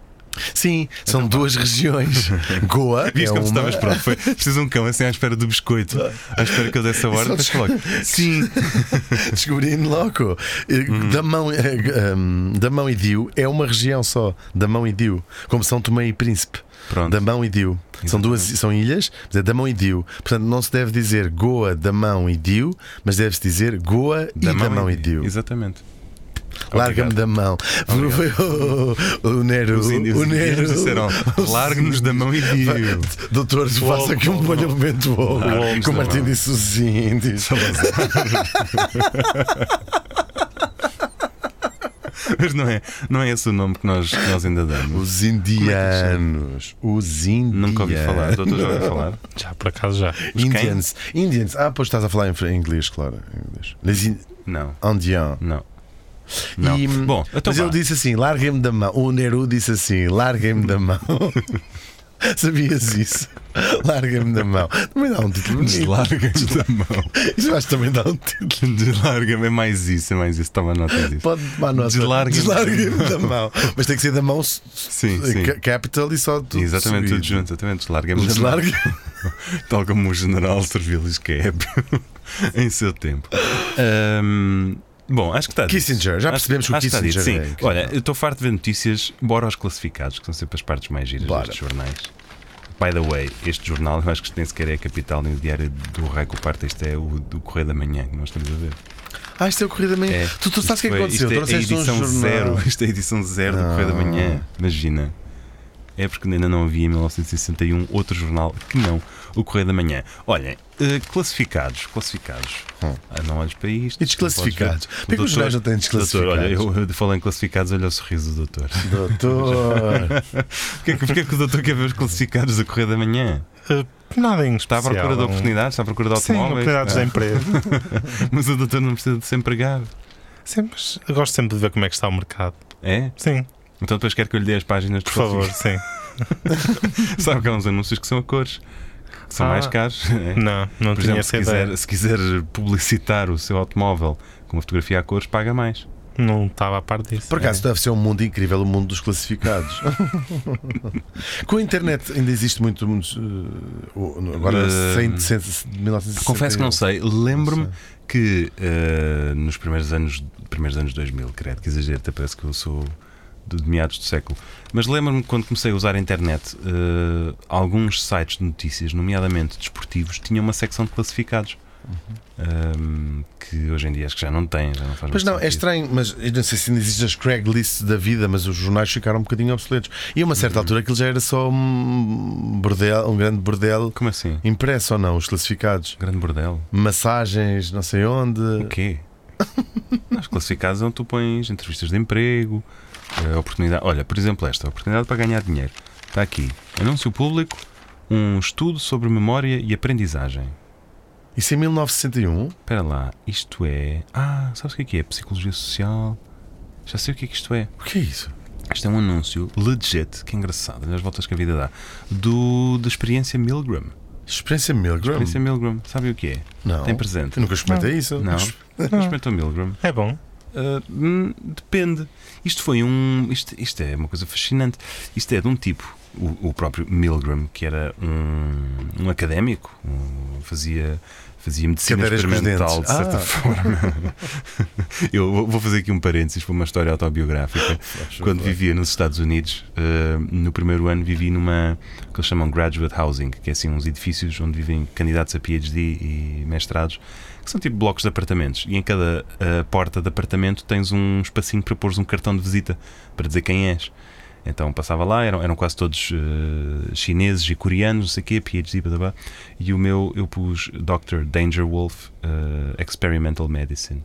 [SPEAKER 2] Sim, são duas regiões. Goa
[SPEAKER 1] Viste
[SPEAKER 2] é
[SPEAKER 1] como tu
[SPEAKER 2] uma.
[SPEAKER 1] estavas pronto? Foi preciso um cão assim à espera do biscoito, à espera que eu desse a hora, depois logo. Sim,
[SPEAKER 2] Descobri in loco. Eh,
[SPEAKER 1] Hum.
[SPEAKER 2] Da mão, eh, um, da mão e Dio é uma região só. Da mão e Dio. Como São Tomé e Príncipe.
[SPEAKER 1] Pronto.
[SPEAKER 2] Da mão e Dio. São duas são ilhas, mas é da mão e Dio. Portanto, não se deve dizer Goa, da mão e Dio, mas deve-se dizer Goa e da mão e Dio.
[SPEAKER 1] Exatamente.
[SPEAKER 2] Larga-me
[SPEAKER 1] Obrigado.
[SPEAKER 2] da mão. O, o Nero.
[SPEAKER 1] Os índios
[SPEAKER 2] o Nero.
[SPEAKER 1] indianos disseram: largue-nos da mão e viu.
[SPEAKER 2] Doutor, faça aqui um
[SPEAKER 1] Uou,
[SPEAKER 2] bom momento. uou.
[SPEAKER 1] Uou,
[SPEAKER 2] Como Martim
[SPEAKER 1] Mr.
[SPEAKER 2] disse, os índios.
[SPEAKER 1] Mas não é, não é esse o nome que nós, é que nós ainda damos.
[SPEAKER 2] Os indianos. Os indianos.
[SPEAKER 1] Nunca ouvi falar. Doutor, já ouvi falar.
[SPEAKER 3] Já, por acaso já.
[SPEAKER 2] Indians. Indians. Ah, pois estás a falar em fr- em inglês, claro. Em inglês. Les in-
[SPEAKER 1] Não,
[SPEAKER 2] Indians.
[SPEAKER 1] não. Não.
[SPEAKER 2] E,
[SPEAKER 1] Bom, então
[SPEAKER 2] mas ele
[SPEAKER 1] vá.
[SPEAKER 2] disse assim: larguem-me da mão. O Nehru disse assim: larguem-me da mão. Sabias isso? Larguem-me da mão. Também dá um título. bonito.
[SPEAKER 1] Deslarga-me da mão.
[SPEAKER 2] Isso acho que também dá um título.
[SPEAKER 1] Deslarga-me. É mais isso, é mais isso. Toma nota disso.
[SPEAKER 2] Pode tomar nota.
[SPEAKER 1] Deslarguem-me.
[SPEAKER 2] Deslarguem-me da mão. Mas tem que ser da mão s-
[SPEAKER 1] Sim,
[SPEAKER 2] eh,
[SPEAKER 1] sim.
[SPEAKER 2] ca- capital e só tudo.
[SPEAKER 1] Exatamente, tudo
[SPEAKER 2] subido.
[SPEAKER 1] junto. Exatamente, deslarga-me. da mão.
[SPEAKER 2] Deslarguem.
[SPEAKER 1] tal como o general Servilis Keb em seu tempo. Ahm, bom, acho que está dito.
[SPEAKER 2] Kissinger, já
[SPEAKER 1] Acho-
[SPEAKER 2] percebemos que o
[SPEAKER 1] acho está
[SPEAKER 2] Kissinger
[SPEAKER 1] dito,
[SPEAKER 2] é
[SPEAKER 1] sim.
[SPEAKER 2] incrível.
[SPEAKER 1] Olha, eu estou farto de ver notícias, bora aos classificados, que são sempre as partes mais giras
[SPEAKER 2] Bora.
[SPEAKER 1] destes jornais. By the way, este jornal eu acho que nem sequer é a capital nem o diário do Raio que parte, este é o do Correio da Manhã que nós estamos a ver.
[SPEAKER 2] Ah, isto é o corrido da manhã.
[SPEAKER 1] É.
[SPEAKER 2] Tu, tu sabes o que é que
[SPEAKER 1] Isto
[SPEAKER 2] aconteceu?
[SPEAKER 1] Isto é, a
[SPEAKER 2] Trouxeste um
[SPEAKER 1] edição
[SPEAKER 2] jornal. Ah.
[SPEAKER 1] zero, isto é a edição zero do Correio da Manhã. Imagina. É porque ainda não havia em 1961 outro jornal que não o Correio da Manhã. Olhem, eh, classificados, classificados. Ah, não olhes para isto.
[SPEAKER 2] Hum. E
[SPEAKER 1] não
[SPEAKER 2] desclassificados?
[SPEAKER 1] podes ver.
[SPEAKER 2] Porquê que os jornais não têm
[SPEAKER 1] Doutor, olha,
[SPEAKER 2] desclassificados?
[SPEAKER 1] eu, eu falo em classificados, olha o sorriso do doutor.
[SPEAKER 2] Doutor.
[SPEAKER 1] Porquê, é que- porquê que o doutor quer ver os classificados do Correio da Manhã?
[SPEAKER 3] Eh, nada em
[SPEAKER 1] Está
[SPEAKER 3] especial.
[SPEAKER 1] à procura de
[SPEAKER 3] um-
[SPEAKER 1] oportunidades, está à procura de
[SPEAKER 3] Sim,
[SPEAKER 1] automóveis.
[SPEAKER 3] oportunidades de
[SPEAKER 1] Ah,
[SPEAKER 3] emprego.
[SPEAKER 1] mas o doutor não precisa de se empregar.
[SPEAKER 3] Sim, mas eu gosto sempre de ver como é que está o mercado.
[SPEAKER 1] É?
[SPEAKER 3] Sim,
[SPEAKER 1] Então depois quero que eu lhe dê as páginas de
[SPEAKER 3] por favor, sim.
[SPEAKER 1] Sabe que há uns anúncios que são a cores, que são
[SPEAKER 3] Ah.
[SPEAKER 1] mais caros. é?
[SPEAKER 3] Não, não
[SPEAKER 1] Por exemplo,
[SPEAKER 3] tinha essa
[SPEAKER 1] se
[SPEAKER 3] ideia.
[SPEAKER 1] quiser, se quiser publicitar o seu automóvel com uma fotografia a cores, paga mais.
[SPEAKER 3] Não estava a par disso.
[SPEAKER 2] Por acaso deve ser um mundo incrível, o mundo dos classificados. Com a internet ainda existe muito. muito eh, o- agora,
[SPEAKER 1] Eh,
[SPEAKER 2] 100, 100, 1960.
[SPEAKER 1] Confesso que não sei. Lembro-me
[SPEAKER 2] Não
[SPEAKER 1] que eh, nos primeiros anos, primeiros anos 2000, credo que exagero, até parece que eu sou de, de meados do século. Mas lembro-me quando comecei a usar a internet, eh, alguns sites de notícias, nomeadamente desportivos, tinham uma secção de classificados.
[SPEAKER 3] Uhum.
[SPEAKER 1] Ahm, que hoje em dia acho que já não tem, já não faz
[SPEAKER 2] Pois
[SPEAKER 1] muito
[SPEAKER 2] não, é
[SPEAKER 1] sentido.
[SPEAKER 2] estranho, mas eu não sei se ainda existem as Craigslist da vida, mas os jornais ficaram um bocadinho obsoletos. E a uma certa altura aquilo já era só um bordel, um grande bordel
[SPEAKER 1] Como assim?
[SPEAKER 2] impresso ou não, os classificados.
[SPEAKER 1] Grande bordel.
[SPEAKER 2] Massagens, não sei onde.
[SPEAKER 1] O quê? Os classificados é onde tu pões entrevistas de emprego, eh, oportunidade. Olha, por exemplo, esta oportunidade para ganhar dinheiro. Está aqui. Anúncio público, um estudo sobre memória e aprendizagem.
[SPEAKER 2] Isso em 1961?
[SPEAKER 1] Espera lá, isto é. Ah, sabes o que é que é? Psicologia social. Já sei o que é que isto é.
[SPEAKER 2] O que é isso?
[SPEAKER 1] Isto é um anúncio legit, que é engraçado, olha as voltas que a vida dá, do, da experiência Milgram.
[SPEAKER 2] Experiência Milgram?
[SPEAKER 1] Experiência Milgram, sabe o que é?
[SPEAKER 2] Não.
[SPEAKER 1] Tem presente?
[SPEAKER 2] Eu nunca experimentei isso.
[SPEAKER 1] Não.
[SPEAKER 2] Mas-
[SPEAKER 1] Não. Respeito ao Milgram.
[SPEAKER 3] É bom.
[SPEAKER 1] Uh, hum, depende. Isto foi um. Isto, isto é uma coisa fascinante. Isto é de um tipo, o, o próprio Milgram, que era um, um académico, um- fazia, fazia medicina
[SPEAKER 2] Cadeiras com os
[SPEAKER 1] experimental, de
[SPEAKER 2] dentes.
[SPEAKER 1] certa
[SPEAKER 2] Ah.
[SPEAKER 1] forma. Eu vou- vou fazer aqui um parênteses para uma história autobiográfica. Quando vivia nos Estados Unidos, uh, no primeiro ano vivi numa que eles chamam graduate housing, que é assim uns edifícios onde vivem candidatos a PhD e mestrados, que são tipo blocos de apartamentos. E em cada uh, porta de apartamento tens um espacinho para pôres um cartão de visita para dizer quem és. Então passava lá, eram, eram quase todos uh, chineses e coreanos, não sei o quê, PhD, blá, blá, blá. E o meu eu pus Dr. Danger Wolf uh, Experimental Medicine.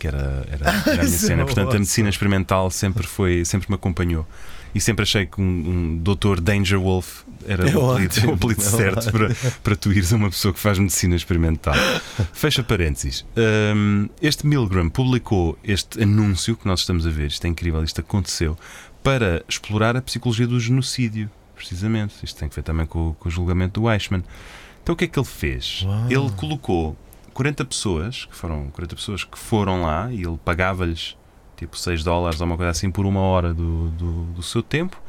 [SPEAKER 1] Que era, era, era a minha
[SPEAKER 2] Isso é
[SPEAKER 1] cena. Portanto, a
[SPEAKER 2] ótimo.
[SPEAKER 1] medicina experimental sempre foi, sempre me acompanhou. E sempre achei que um, um Dr. Danger Wolf era
[SPEAKER 2] É
[SPEAKER 1] o apelido,
[SPEAKER 2] ótimo.
[SPEAKER 1] o apelido
[SPEAKER 2] É
[SPEAKER 1] certo para, para tu ires a uma pessoa que faz medicina experimental. Fecha parênteses. Hum, este Milgram publicou este anúncio que nós estamos a ver, isto é incrível, isto aconteceu, para explorar a psicologia do genocídio, precisamente. Isto tem que ver também com, o- com o julgamento do Eichmann. Então o que é que ele fez? Ele colocou 40 pessoas, que foram 40 pessoas que foram lá e ele pagava-lhes tipo 6 dólares ou uma coisa assim por uma hora do, do, do seu tempo.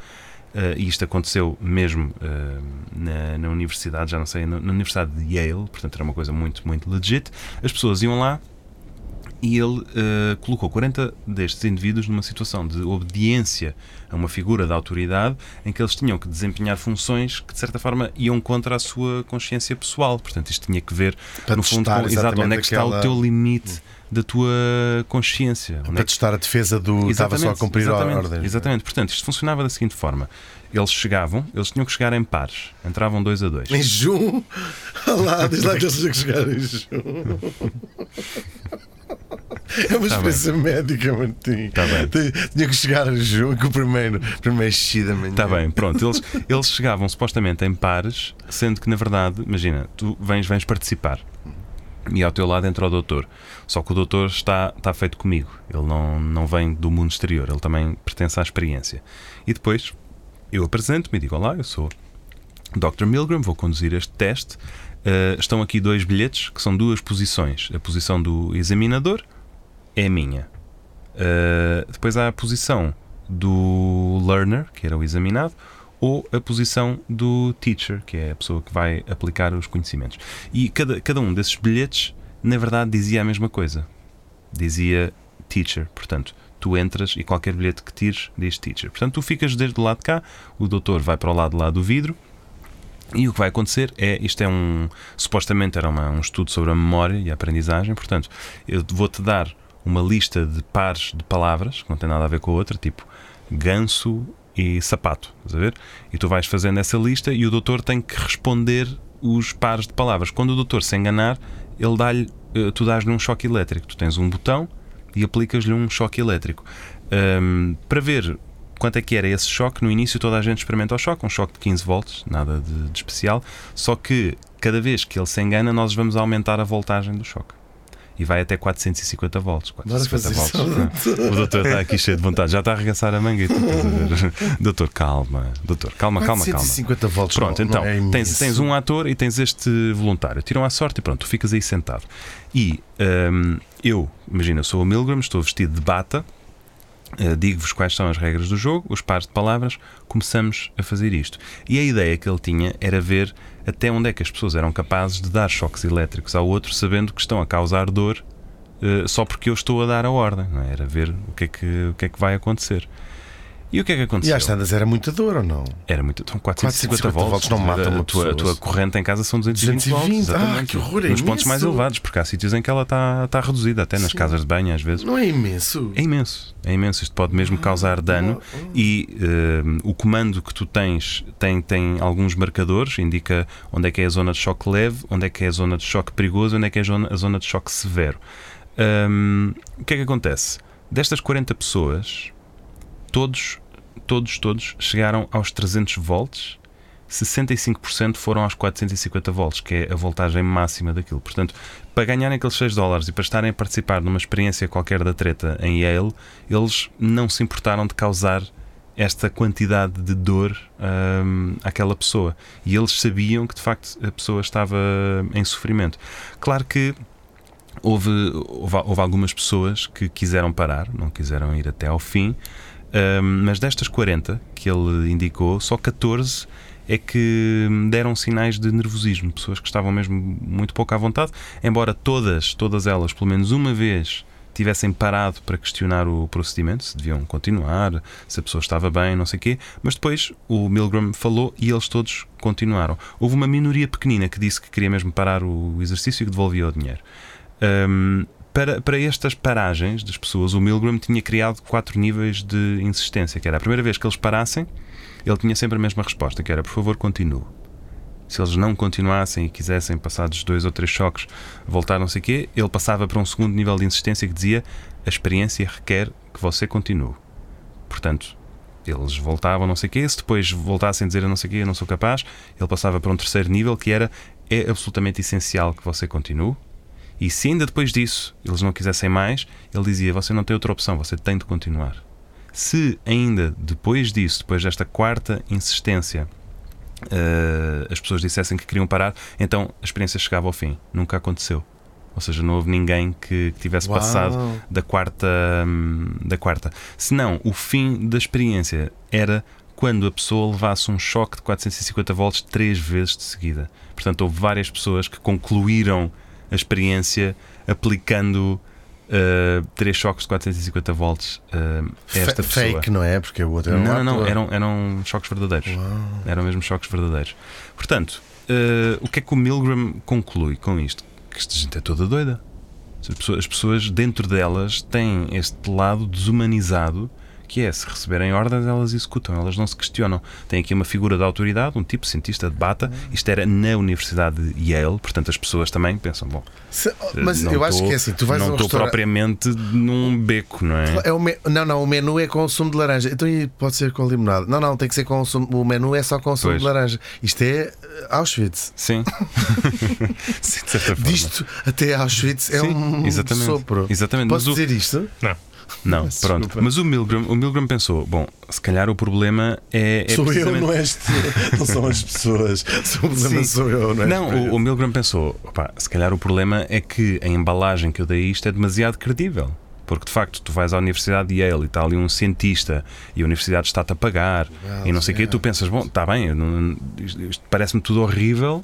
[SPEAKER 1] Eh, e isto aconteceu mesmo eh, na, na universidade, já não sei, na, na universidade de Yale, portanto era uma coisa muito, muito legit. As pessoas iam lá e ele eh, colocou 40 destes indivíduos numa situação de obediência a uma figura da autoridade em que eles tinham que desempenhar funções que de certa forma iam contra a sua consciência pessoal. Portanto, isto tinha que ver
[SPEAKER 2] Para
[SPEAKER 1] no fundo
[SPEAKER 2] testar
[SPEAKER 1] com exato, onde é
[SPEAKER 2] exatamente
[SPEAKER 1] que está
[SPEAKER 2] aquela-
[SPEAKER 1] o teu limite da tua consciência. Onde é que
[SPEAKER 2] Para testar a defesa do. Estava só a cumprir
[SPEAKER 1] exatamente,
[SPEAKER 2] ordens. né?
[SPEAKER 1] Exatamente. Portanto, isto funcionava da seguinte forma: eles chegavam, eles tinham que chegar em pares, entravam dois a dois.
[SPEAKER 2] Em junho? Olá, diz lá que eles tinham que chegar em junho. É uma
[SPEAKER 1] Tá bem.
[SPEAKER 2] experiência médica, Martim.
[SPEAKER 1] Tá bem.
[SPEAKER 2] Tinha- Tinha que chegar em junho com o primeiro, primeiro xixi da manhã.
[SPEAKER 1] Está Tá bem, pronto. Eles, eles chegavam supostamente em pares, sendo que na verdade, imagina, tu vens, vens participar. E ao teu lado entra o doutor. Só que o doutor está, está feito comigo. Ele não, não vem do mundo exterior. Ele também pertence à experiência. E depois eu apresento-me e digo: Olá, eu sou Dr. Milgram, vou conduzir este teste. Ah, estão aqui dois bilhetes que são duas posições. A posição do examinador é a minha. Ah, depois há a posição do learner, que era o examinado, ou a posição do teacher, que é a pessoa que vai aplicar os conhecimentos. E cada, cada um desses bilhetes, na verdade, dizia a mesma coisa. Dizia teacher, portanto, tu entras e qualquer bilhete que tires diz teacher. Portanto, tu ficas desde o lado de cá, o doutor vai para o lado de lá do vidro. E o que vai acontecer é, isto é um, supostamente era uma- um estudo sobre a memória e a aprendizagem, portanto, eu vou-te dar uma lista de pares de palavras, que não tem nada a ver com a outra, tipo ganso e sapato, estás a ver? E tu vais fazendo essa lista e o doutor tem que responder os pares de palavras. Quando o doutor se enganar, ele dá-lhe, eh, tu dás-lhe um choque elétrico. Tu tens um botão e aplicas-lhe um choque elétrico. Ahm, para ver quanto é que era esse choque, no início toda a gente experimenta o choque, um choque de 15 volts, nada de, de especial, só que cada vez que ele se engana, nós vamos aumentar a voltagem do choque. E vai até 450 volts.
[SPEAKER 2] Bora
[SPEAKER 1] 450
[SPEAKER 2] fazer isso.
[SPEAKER 1] volts. não é? O doutor está aqui cheio de vontade, já está a arregaçar a manga e tudo. estás a ver? Doutor, calma, doutor, calma, calma, calma.
[SPEAKER 2] 150 volts.
[SPEAKER 1] Pronto,
[SPEAKER 2] não- não
[SPEAKER 1] então
[SPEAKER 2] é
[SPEAKER 1] tens,
[SPEAKER 2] imenso.
[SPEAKER 1] tens um ator e tens este voluntário. Tiram à sorte e pronto, tu ficas aí sentado. E hum, eu, imagina, eu sou o Milgram, estou vestido de bata, eh, digo-vos quais são as regras do jogo, os pares de palavras, começamos a fazer isto. E a ideia que ele tinha era ver até onde é que as pessoas eram capazes de dar choques elétricos ao outro, sabendo que estão a causar dor eh, só porque eu estou a dar a ordem. não é? Era ver o que é que, o que, é que vai acontecer. E o que é que
[SPEAKER 2] E
[SPEAKER 1] aconteceu?
[SPEAKER 2] às tantas era muita dor ou não?
[SPEAKER 1] Era muito. São 450,
[SPEAKER 2] 450 volts, não
[SPEAKER 1] A-
[SPEAKER 2] mata uma
[SPEAKER 1] a, tua, a
[SPEAKER 2] pessoa.
[SPEAKER 1] tua corrente em casa são 220,
[SPEAKER 2] 220,
[SPEAKER 1] volts.
[SPEAKER 2] ah,
[SPEAKER 1] exatamente.
[SPEAKER 2] que horror, é
[SPEAKER 1] Nos pontos mais
[SPEAKER 2] imenso.
[SPEAKER 1] elevados, porque há sítios em que ela está está reduzida, até nas casas de banho às vezes.
[SPEAKER 2] Não é imenso?
[SPEAKER 1] É imenso, é imenso. Isto pode mesmo causar dano e eh, o comando que tu tens tem, tem alguns marcadores, indica onde é que é a zona de choque leve, onde é que é a zona de choque perigoso, onde é que é a zona, a zona de choque severo. Ahm, o que é que acontece? Destas 40 pessoas, todos, todos, todos chegaram aos 300 volts. 65% foram aos 450 volts, que é a voltagem máxima daquilo. Portanto, para ganharem aqueles 6 dólares e para estarem a participar numa experiência qualquer da treta em Yale, eles não se importaram de causar esta quantidade de dor hum, àquela pessoa. E eles sabiam que de facto a pessoa estava hum, em sofrimento. Claro que houve, houve, houve algumas pessoas que quiseram parar, não quiseram ir até ao fim, hum, mas destas 40 que ele indicou, só 14 é que deram sinais de nervosismo, pessoas que estavam mesmo muito pouco à vontade, embora todas, todas elas, pelo menos uma vez, tivessem parado para questionar o procedimento, se deviam continuar, se a pessoa estava bem, não sei o quê, mas depois o Milgram falou e eles todos continuaram. Houve uma minoria pequenina que disse que queria mesmo parar o exercício e que devolvia o dinheiro. Hum, para, para estas paragens das pessoas, o Milgram tinha criado quatro níveis de insistência, que era a primeira vez que eles parassem, ele tinha sempre a mesma resposta, que era, por favor, continue. Se eles não continuassem e quisessem, passados dois ou três choques, voltar não sei o quê, ele passava para um segundo nível de insistência que dizia, a experiência requer que você continue. Portanto, eles voltavam não sei o quê, se depois voltassem a dizer eu não sei o quê, eu não sou capaz, ele passava para um terceiro nível que era, é absolutamente essencial que você continue. E se ainda depois disso eles não quisessem mais, ele dizia: Você não tem outra opção, você tem de continuar. Se ainda depois disso, depois desta quarta insistência, eh, as pessoas dissessem que queriam parar, então a experiência chegava ao fim. Nunca aconteceu. Ou seja, não houve ninguém que, que tivesse
[SPEAKER 2] Uau.
[SPEAKER 1] passado da quarta, hum, da quarta. Senão, o fim da experiência era quando a pessoa levasse um choque de 450 volts três vezes de seguida. Portanto, houve várias pessoas que concluíram a experiência aplicando uh, três choques de 450 volts uh, a esta
[SPEAKER 2] Fa-
[SPEAKER 1] pessoa.
[SPEAKER 2] Fake, não é? Porque o outro era um
[SPEAKER 1] Não, não, não,
[SPEAKER 2] ator.
[SPEAKER 1] eram, eram choques verdadeiros. Eram mesmo choques verdadeiros. Portanto, eh, o que é que o Milgram conclui com isto? Que esta gente é toda doida. As pessoas, as pessoas dentro delas têm este lado desumanizado que é, se receberem ordens, elas executam, elas não se questionam. Tem aqui uma figura de autoridade, um tipo cientista de bata. Isto era na Universidade de Yale, portanto as pessoas também pensam, bom,
[SPEAKER 2] Se-
[SPEAKER 1] eh,
[SPEAKER 2] mas
[SPEAKER 1] não
[SPEAKER 2] eu acho
[SPEAKER 1] tô-
[SPEAKER 2] que é assim, tu vais a
[SPEAKER 1] não
[SPEAKER 2] um
[SPEAKER 1] estou
[SPEAKER 2] restaurante.
[SPEAKER 1] propriamente num beco, não é?
[SPEAKER 2] É o me- Não, não, o menu é com o sumo de laranja. Então e pode ser com limonada. Não, não, tem que ser com o sumo. O menu é só com o sumo
[SPEAKER 1] Pois.
[SPEAKER 2] de laranja. Isto é eh, Auschwitz.
[SPEAKER 1] Sim. Sim, de certa forma.
[SPEAKER 2] Disto até Auschwitz é
[SPEAKER 1] Sim,
[SPEAKER 2] um
[SPEAKER 1] exatamente.
[SPEAKER 2] sopro.
[SPEAKER 1] Exatamente,
[SPEAKER 2] Posso
[SPEAKER 1] mas o-
[SPEAKER 2] dizer isto?
[SPEAKER 3] Não.
[SPEAKER 1] Não,
[SPEAKER 2] Desculpa.
[SPEAKER 1] pronto. Mas o Milgram, o Milgram pensou: bom, se calhar o problema é. é
[SPEAKER 2] sou eu,
[SPEAKER 1] precisamente-
[SPEAKER 2] não és tu. Não são as pessoas. O problema
[SPEAKER 1] Sim.
[SPEAKER 2] sou eu, não é?
[SPEAKER 1] Não, o, o Milgram pensou: opá, se calhar o problema é que a embalagem que eu dei a isto é demasiado credível. Porque de facto, tu vais à Universidade de Yale e está ali um cientista e a universidade está-te a pagar e não sei o quê, tu pensas: bom, está bem, eu não- isto, isto parece-me tudo horrível,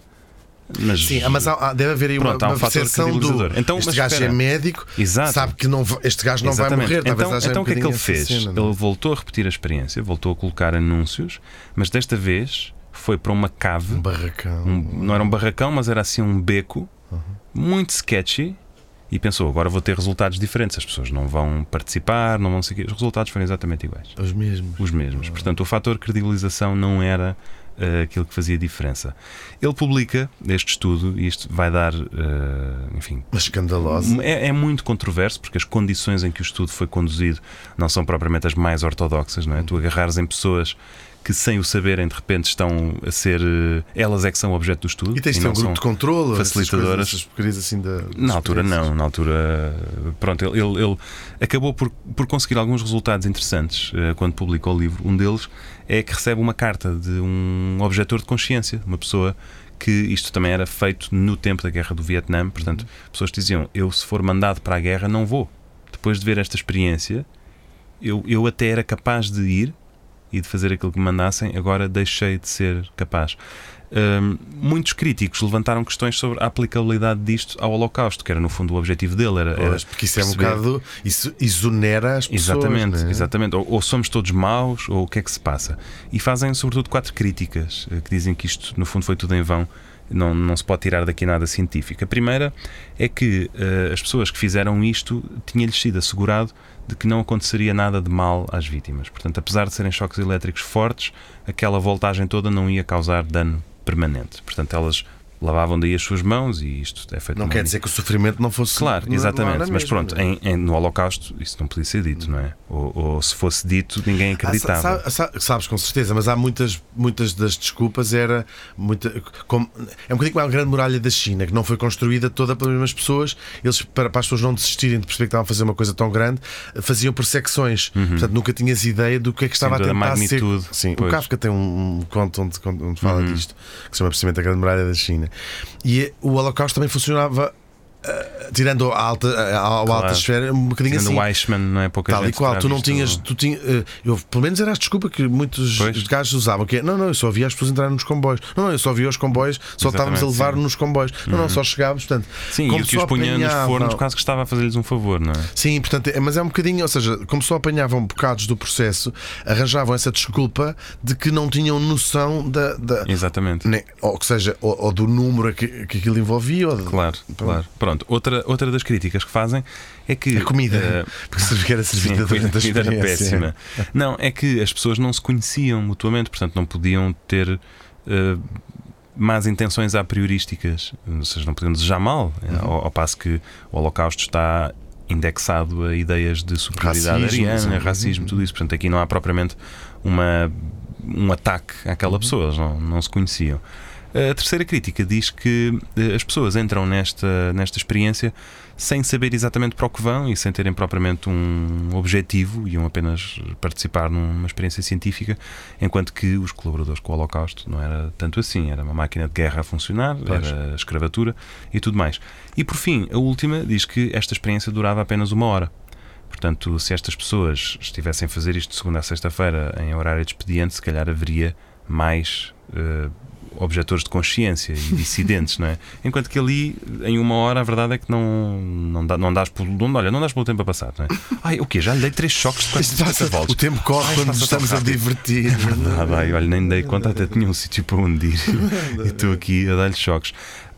[SPEAKER 1] mas.
[SPEAKER 2] Sim, ah, mas há- há- deve haver aí uma,
[SPEAKER 1] Pronto, há um
[SPEAKER 2] uma
[SPEAKER 1] fator
[SPEAKER 2] percepção do.
[SPEAKER 1] credibilizador. Então,
[SPEAKER 2] este
[SPEAKER 1] mas
[SPEAKER 2] gajo
[SPEAKER 1] espera.
[SPEAKER 2] é médico,
[SPEAKER 1] Exato.
[SPEAKER 2] sabe que não, va- este gajo não
[SPEAKER 1] Exatamente.
[SPEAKER 2] vai morrer.
[SPEAKER 1] Então,
[SPEAKER 2] talvez haja
[SPEAKER 1] então
[SPEAKER 2] um
[SPEAKER 1] o que é que ele
[SPEAKER 2] bocadinho essa
[SPEAKER 1] fez?
[SPEAKER 2] cena, não é?
[SPEAKER 1] ele voltou a repetir a experiência, voltou a colocar anúncios, mas desta vez foi para uma cave.
[SPEAKER 2] Um barracão.
[SPEAKER 1] um- não era um barracão, mas era assim um beco muito sketchy. E pensou, agora vou ter resultados diferentes. As pessoas não vão participar, não vão seguir. Os resultados foram exatamente iguais.
[SPEAKER 2] Os mesmos.
[SPEAKER 1] Os mesmos. Portanto, o fator credibilização não era eh, aquilo que fazia diferença. Ele publica este estudo e isto vai dar, eh, enfim,
[SPEAKER 2] Mas escandalosa.
[SPEAKER 1] é, é muito controverso porque as condições em que o estudo foi conduzido não são propriamente as mais ortodoxas,
[SPEAKER 2] Hum.
[SPEAKER 1] não é? Tu agarrares em pessoas que, sem o saberem, de repente estão a ser. eh, Elas é que são o objeto do estudo.
[SPEAKER 2] E tens de ter
[SPEAKER 1] não
[SPEAKER 2] um grupo
[SPEAKER 1] são-
[SPEAKER 2] de controle, essas
[SPEAKER 1] facilitadoras.
[SPEAKER 2] coisas, essas porcarias assim da. das
[SPEAKER 1] na altura
[SPEAKER 2] experiências.
[SPEAKER 1] não, na altura pronto, ele, ele, ele acabou por, por conseguir alguns resultados interessantes eh, quando publicou o livro. Um deles é que recebe uma carta de um objetor de consciência, uma pessoa que isto também era feito no tempo da guerra do Vietnã, portanto, pessoas que diziam eu se for mandado para a guerra não vou. Depois de ver esta experiência, eu, eu até era capaz de ir e de fazer aquilo que me mandassem, agora deixei de ser capaz. Hum, muitos críticos levantaram questões sobre a aplicabilidade disto ao Holocausto, que era no fundo o objetivo dele. Era, era
[SPEAKER 2] Pois, porque isso é um
[SPEAKER 1] perceber-
[SPEAKER 2] bocado. Isso exonera as pessoas.
[SPEAKER 1] Exatamente,
[SPEAKER 2] não é?
[SPEAKER 1] exatamente. Ou, ou somos todos maus, ou o que é que se passa? E fazem, sobretudo, quatro críticas eh, que dizem que isto, no fundo, foi tudo em vão, não, não se pode tirar daqui nada científico. A primeira é que eh, as pessoas que fizeram isto tinha-lhes sido assegurado de que não aconteceria nada de mal às vítimas. Portanto, apesar de serem choques elétricos fortes, aquela voltagem toda não ia causar dano permanente. Portanto, elas lavavam daí as suas mãos e isto é feito
[SPEAKER 2] Não
[SPEAKER 1] de uma
[SPEAKER 2] quer dizer que o sofrimento não fosse.
[SPEAKER 1] Claro,
[SPEAKER 2] na- na
[SPEAKER 1] exatamente.
[SPEAKER 2] hora
[SPEAKER 1] Mas
[SPEAKER 2] mesmo,
[SPEAKER 1] pronto,
[SPEAKER 2] não é?
[SPEAKER 1] em- em- no Holocausto isso não podia ser dito, não é? Ou, ou se fosse dito, ninguém
[SPEAKER 2] Ah,
[SPEAKER 1] acreditava.
[SPEAKER 2] sa- sa- sa- sabes com certeza, mas há muitas, muitas das desculpas era muita, como- é um bocadinho como a grande muralha da China, que não foi construída toda pelas mesmas pessoas. Eles, para, para as pessoas não desistirem de perceber que estavam a fazer uma coisa tão grande, faziam por secções. Portanto, nunca tinhas ideia do que é que estava
[SPEAKER 1] Uhum. Sim, da
[SPEAKER 2] a tentar
[SPEAKER 1] magnitude,
[SPEAKER 2] ser. Sim, o
[SPEAKER 1] pois. Uhum.
[SPEAKER 2] Kafka tem um, um conto onde, onde fala disto, que se chama precisamente a grande muralha da China. E eh, o Holocausto também funcionava. eh, Tirando a alta, a, a- a alta
[SPEAKER 1] Claro.
[SPEAKER 2] esfera, um bocadinho
[SPEAKER 1] Tirando
[SPEAKER 2] assim.
[SPEAKER 1] o Eichmann, não é? Pouca
[SPEAKER 2] Tal
[SPEAKER 1] gente
[SPEAKER 2] e qual,
[SPEAKER 1] terá
[SPEAKER 2] tu não
[SPEAKER 1] visto
[SPEAKER 2] tinhas,
[SPEAKER 1] o-
[SPEAKER 2] tu tinha, eh, eu, pelo menos era a desculpa que muitos
[SPEAKER 1] Pois.
[SPEAKER 2] gajos usavam, que é, não, não, eu só via as pessoas entrarem nos comboios. Não, não, eu só via os comboios, só
[SPEAKER 1] Exatamente,
[SPEAKER 2] estávamos a levar
[SPEAKER 1] sim. Uhum.
[SPEAKER 2] nos comboios. Não, não, só chegávamos, portanto.
[SPEAKER 1] Sim, e
[SPEAKER 2] como
[SPEAKER 1] o que
[SPEAKER 2] só
[SPEAKER 1] os punha nos
[SPEAKER 2] apanhavam-
[SPEAKER 1] fornos, quase que estava a fazer-lhes um favor, não é?
[SPEAKER 2] Sim, portanto, é- mas é um bocadinho, ou seja, como só apanhavam bocados do processo, arranjavam essa desculpa de que não tinham noção da. da
[SPEAKER 1] Exatamente.
[SPEAKER 2] nem- ou que seja, ou, ou do número a que, que aquilo envolvia, ou de,
[SPEAKER 1] Claro, claro. Pronto, outra, outra das críticas que fazem é que.
[SPEAKER 2] a comida.
[SPEAKER 1] eh,
[SPEAKER 2] porque se era servida
[SPEAKER 1] Sim,
[SPEAKER 2] durante a
[SPEAKER 1] comida era
[SPEAKER 2] experiência.
[SPEAKER 1] péssima. Não, é que as pessoas não se conheciam mutuamente, portanto não podiam ter eh, más intenções a priorísticas, ou seja, não podiam desejar mal,
[SPEAKER 2] Uhum.
[SPEAKER 1] eh, ao, ao passo que o Holocausto está indexado a ideias de superioridade
[SPEAKER 2] Racismo,
[SPEAKER 1] ariana,
[SPEAKER 2] sim.
[SPEAKER 1] racismo, tudo isso. Portanto, aqui não há propriamente uma, um ataque
[SPEAKER 2] Uhum.
[SPEAKER 1] àquela pessoa, eles não, não se conheciam. A terceira crítica diz que eh, as pessoas entram nesta, nesta experiência sem saber exatamente para o que vão e sem terem propriamente um objetivo, iam apenas participar numa experiência científica, enquanto que os colaboradores com o Holocausto não era tanto assim, era uma máquina de guerra a funcionar, era a escravatura e tudo mais. E por fim, a última diz que esta experiência durava apenas uma hora. Portanto, se estas pessoas estivessem a fazer isto de segunda a sexta-feira em horário de expediente, se calhar haveria mais eh, objetores de consciência e dissidentes, não é? Enquanto que ali, em uma hora, a verdade é que não, não, dá, não, dás, pelo, não, olha, não dás pelo tempo a passar, não é? Ai, o quê? Já lhe dei três choques de
[SPEAKER 2] Isto
[SPEAKER 1] 40
[SPEAKER 2] passa-
[SPEAKER 1] voltas.
[SPEAKER 2] o tempo corre quando nos estamos a divertir.
[SPEAKER 1] Ah, bem, olha, nem dei conta, até tinha um sítio para onde ir e estou aqui a dar-lhe choques.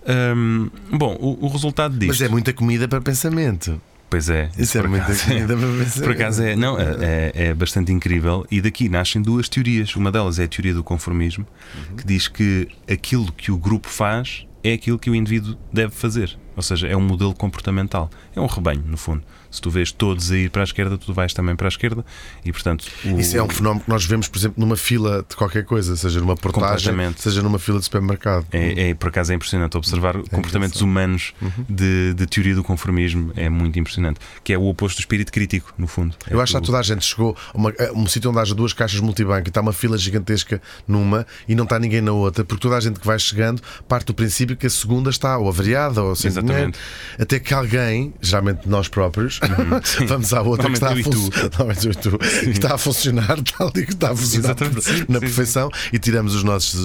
[SPEAKER 1] Hum, bom, o, o resultado disto.
[SPEAKER 2] Mas é muita comida para pensamento.
[SPEAKER 1] Pois é,
[SPEAKER 2] Isso é
[SPEAKER 1] por
[SPEAKER 2] muita
[SPEAKER 1] acaso
[SPEAKER 2] comida para pensamento.
[SPEAKER 1] Por acaso é, não, é, é é bastante incrível e daqui nascem duas teorias. Uma delas é a teoria do conformismo,
[SPEAKER 2] Uhum.
[SPEAKER 1] que diz que aquilo que o grupo faz é aquilo que o indivíduo deve fazer. Ou seja, é um modelo comportamental. É um rebanho, no fundo. Se tu vês todos a ir para a esquerda, tu vais também para a esquerda e, portanto, o-
[SPEAKER 2] Isso é um fenómeno que nós vemos, por exemplo, numa fila de qualquer coisa, seja numa portagem,
[SPEAKER 1] Completamente.
[SPEAKER 2] seja numa fila de supermercado.
[SPEAKER 1] É, é, por acaso é impressionante observar comportamentos humanos
[SPEAKER 2] Uhum.
[SPEAKER 1] de, de teoria do conformismo. É muito impressionante. Que é o oposto do espírito crítico, no fundo.
[SPEAKER 2] Eu
[SPEAKER 1] É
[SPEAKER 2] acho que
[SPEAKER 1] tu-
[SPEAKER 2] toda a gente chegou a, uma- a um sítio onde haja duas caixas multibanco e está uma fila gigantesca numa e não está ninguém na outra, porque toda a gente que vai chegando parte do princípio que a segunda está ou avariada ou sem
[SPEAKER 1] Exatamente.
[SPEAKER 2] dinheiro, até que alguém, geralmente nós próprios, vamos à outra que está, a
[SPEAKER 1] Uhum. Normalmente eu e
[SPEAKER 2] fun- Normalmente eu e tu, que está a funcionar tal e que está a funcionar
[SPEAKER 1] Exatamente, sim,
[SPEAKER 2] na
[SPEAKER 1] sim,
[SPEAKER 2] perfeição e tiramos os nossos.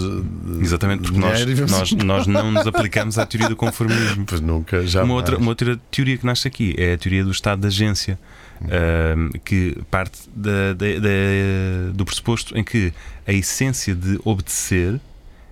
[SPEAKER 2] eh,
[SPEAKER 1] Exatamente, porque nós,
[SPEAKER 2] dinheiro e vamos-
[SPEAKER 1] nós, nós não nos aplicamos à teoria do conformismo.
[SPEAKER 2] Pois nunca, já.
[SPEAKER 1] Uma outra, uma outra teoria que nasce aqui é a teoria do estado de agência, ahm, que parte da- da- da- do pressuposto em que a essência de obedecer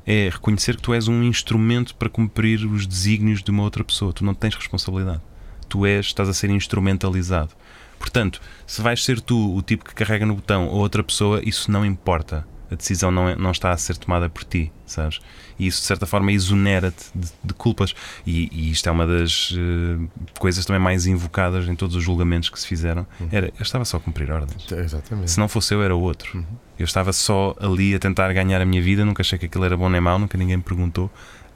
[SPEAKER 1] é reconhecer que tu és um instrumento para cumprir os desígnios de uma outra pessoa. Tu não tens responsabilidade. Tu és, estás a ser instrumentalizado. Portanto, se vais ser tu o tipo que carrega no botão ou outra pessoa, isso não importa. A decisão não, é- não está a ser tomada por ti, sabes? E isso, de certa forma, exonera-te de, de culpas. E, e isto é uma das eh, coisas também mais invocadas em todos os julgamentos que se fizeram. Era, eu estava só a cumprir ordens.
[SPEAKER 2] Exatamente.
[SPEAKER 1] Se não fosse eu, era outro.
[SPEAKER 2] Uhum.
[SPEAKER 1] Eu estava só ali a tentar ganhar a minha vida, nunca achei que aquilo era bom nem mau, nunca ninguém me perguntou,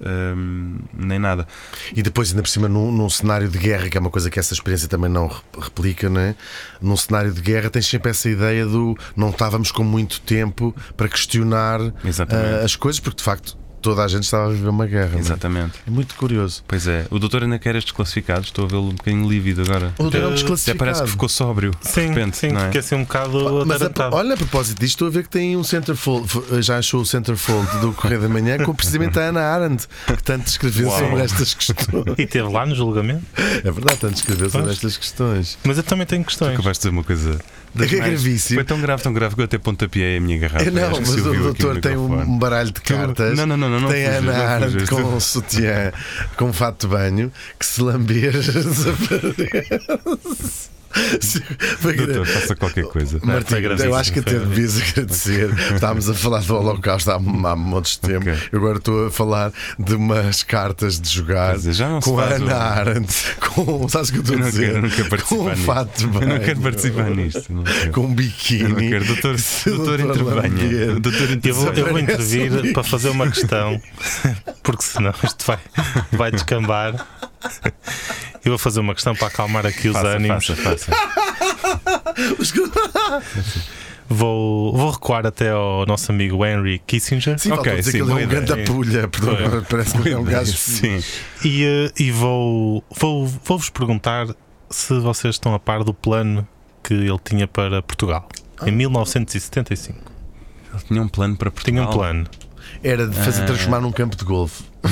[SPEAKER 1] hum, nem nada.
[SPEAKER 2] E depois, ainda por cima, num, num cenário de guerra, que é uma coisa que essa experiência também não re- replica, não é? Num cenário de guerra, tens sempre essa ideia do não estávamos com muito tempo para questionar
[SPEAKER 1] Exatamente.
[SPEAKER 2] ah, as coisas, porque de facto. toda a gente estava a viver uma guerra. não é?
[SPEAKER 1] Exatamente.
[SPEAKER 2] É muito curioso.
[SPEAKER 1] Pois é, o doutor ainda quer estes classificados, estou a vê-lo um bocadinho lívido agora.
[SPEAKER 2] O doutor é um
[SPEAKER 1] Até
[SPEAKER 2] desclassificado.
[SPEAKER 1] parece que ficou sóbrio
[SPEAKER 3] Sim,
[SPEAKER 1] de repente.
[SPEAKER 3] sim,
[SPEAKER 1] não é?
[SPEAKER 3] fiquei assim um bocado
[SPEAKER 2] Mas a-
[SPEAKER 3] atarantado.
[SPEAKER 2] olha, a propósito disto, estou a ver que tem um centerfold. f- Já achou o centerfold do Correio da Manhã com precisamente a Ana Arendt, que tanto escreveu
[SPEAKER 1] Uau.
[SPEAKER 2] sobre estas questões.
[SPEAKER 3] E teve lá no julgamento.
[SPEAKER 2] É verdade, tanto escreveu sobre
[SPEAKER 3] Pois.
[SPEAKER 2] estas questões.
[SPEAKER 3] Mas eu também tenho questões.
[SPEAKER 1] Acabaste de dizer uma coisa.
[SPEAKER 2] É que é
[SPEAKER 1] demais.
[SPEAKER 2] gravíssimo.
[SPEAKER 1] Foi tão grave, tão grave que eu até pontapeei a minha garrafa.
[SPEAKER 2] É, não,
[SPEAKER 1] Ah, Acho que
[SPEAKER 2] mas
[SPEAKER 1] se
[SPEAKER 2] o
[SPEAKER 1] ouviu aqui
[SPEAKER 2] doutor tem
[SPEAKER 1] microfone.
[SPEAKER 2] um baralho de cartas.
[SPEAKER 1] Não, não, não, não, não
[SPEAKER 2] tem a
[SPEAKER 1] fujas,
[SPEAKER 2] Ana
[SPEAKER 1] não
[SPEAKER 2] Arendt
[SPEAKER 1] fujas.
[SPEAKER 2] com um sutiã, com um fato de banho, que se lamber desaparece. Foi gra-
[SPEAKER 1] Doutor, faça qualquer coisa.
[SPEAKER 3] foi
[SPEAKER 2] Martim, eu
[SPEAKER 3] gravíssimo,
[SPEAKER 2] acho que até
[SPEAKER 3] foi
[SPEAKER 2] devias agradecer. Estávamos a falar do Holocausto há, há montes de tempo.
[SPEAKER 1] Ok.
[SPEAKER 2] Eu agora estou a falar de umas cartas de jogar
[SPEAKER 1] Quer dizer, já não se
[SPEAKER 2] com a
[SPEAKER 1] faz o-
[SPEAKER 2] Ana Arendt, com. Sabes o que eu estou
[SPEAKER 1] Eu
[SPEAKER 2] a
[SPEAKER 1] não
[SPEAKER 2] dizer?
[SPEAKER 1] quero, eu não quero
[SPEAKER 2] com
[SPEAKER 1] participar
[SPEAKER 2] um
[SPEAKER 1] nisto.
[SPEAKER 2] fato de
[SPEAKER 1] Eu
[SPEAKER 2] banho.
[SPEAKER 1] não quero participar nisto. Não quero.
[SPEAKER 2] Com um
[SPEAKER 1] Eu não
[SPEAKER 2] biquíni.
[SPEAKER 1] quero. Doutor,
[SPEAKER 2] Se o
[SPEAKER 1] doutor
[SPEAKER 2] doutor
[SPEAKER 1] intervenha.
[SPEAKER 2] lamber-
[SPEAKER 1] Doutor
[SPEAKER 3] Eu vou, eu
[SPEAKER 1] intervenha.
[SPEAKER 3] vou
[SPEAKER 2] Desaparece o
[SPEAKER 3] intervir
[SPEAKER 2] bico.
[SPEAKER 3] para fazer uma questão, porque senão isto vai, vai descambar. Eu vou fazer uma questão para acalmar aqui os
[SPEAKER 1] Faça,
[SPEAKER 3] ânimos.
[SPEAKER 1] faça, faça.
[SPEAKER 3] Vou, vou recuar até ao nosso amigo Henry Kissinger
[SPEAKER 2] Sim,
[SPEAKER 1] Ok,
[SPEAKER 2] faltou dizer
[SPEAKER 1] sim,
[SPEAKER 2] que ele
[SPEAKER 1] boa
[SPEAKER 2] é um
[SPEAKER 1] ideia.
[SPEAKER 2] grande pulha, perdão, parece que ele é um gajo.
[SPEAKER 1] Sim.
[SPEAKER 3] e, eh, e vou, vou, vou vos perguntar se vocês estão a par do plano que ele tinha para Portugal em 1975.
[SPEAKER 1] Ele tinha um plano para Portugal.
[SPEAKER 3] Tinha um plano.
[SPEAKER 2] Era de fazer transformar num campo de golfe.
[SPEAKER 1] Ah.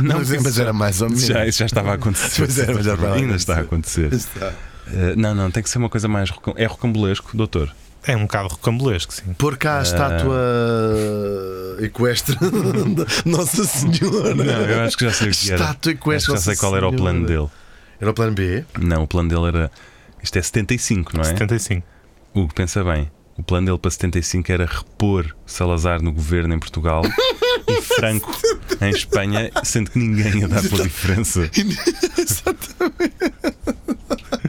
[SPEAKER 1] Não,
[SPEAKER 2] mas,
[SPEAKER 1] isso
[SPEAKER 2] mas era mais ou menos.
[SPEAKER 1] Já, isso já estava a acontecer.
[SPEAKER 2] Pois era, mas já estava a
[SPEAKER 1] Ainda está a acontecer.
[SPEAKER 2] Está.
[SPEAKER 1] Eh, não, não, tem que ser uma coisa mais. rocam- É rocambolesco, doutor.
[SPEAKER 3] É um bocado rocambolesco, sim.
[SPEAKER 2] Pôr cá
[SPEAKER 1] Ah.
[SPEAKER 2] a estátua equestre da Nossa Senhora.
[SPEAKER 1] Não, eu acho que já sei o que era.
[SPEAKER 2] Estátua
[SPEAKER 1] Acho
[SPEAKER 2] equestre.
[SPEAKER 1] que já sei
[SPEAKER 2] Nossa
[SPEAKER 1] qual era o plano
[SPEAKER 2] Senhora.
[SPEAKER 1] dele.
[SPEAKER 2] Era o plano B?
[SPEAKER 1] Não, o plano dele era. Isto é 75, não é?
[SPEAKER 3] 75.
[SPEAKER 1] Hugo, pensa bem. O plano dele para 75 era repor Salazar no governo em Portugal e Franco em Espanha, sendo que ninguém ia dar pela diferença.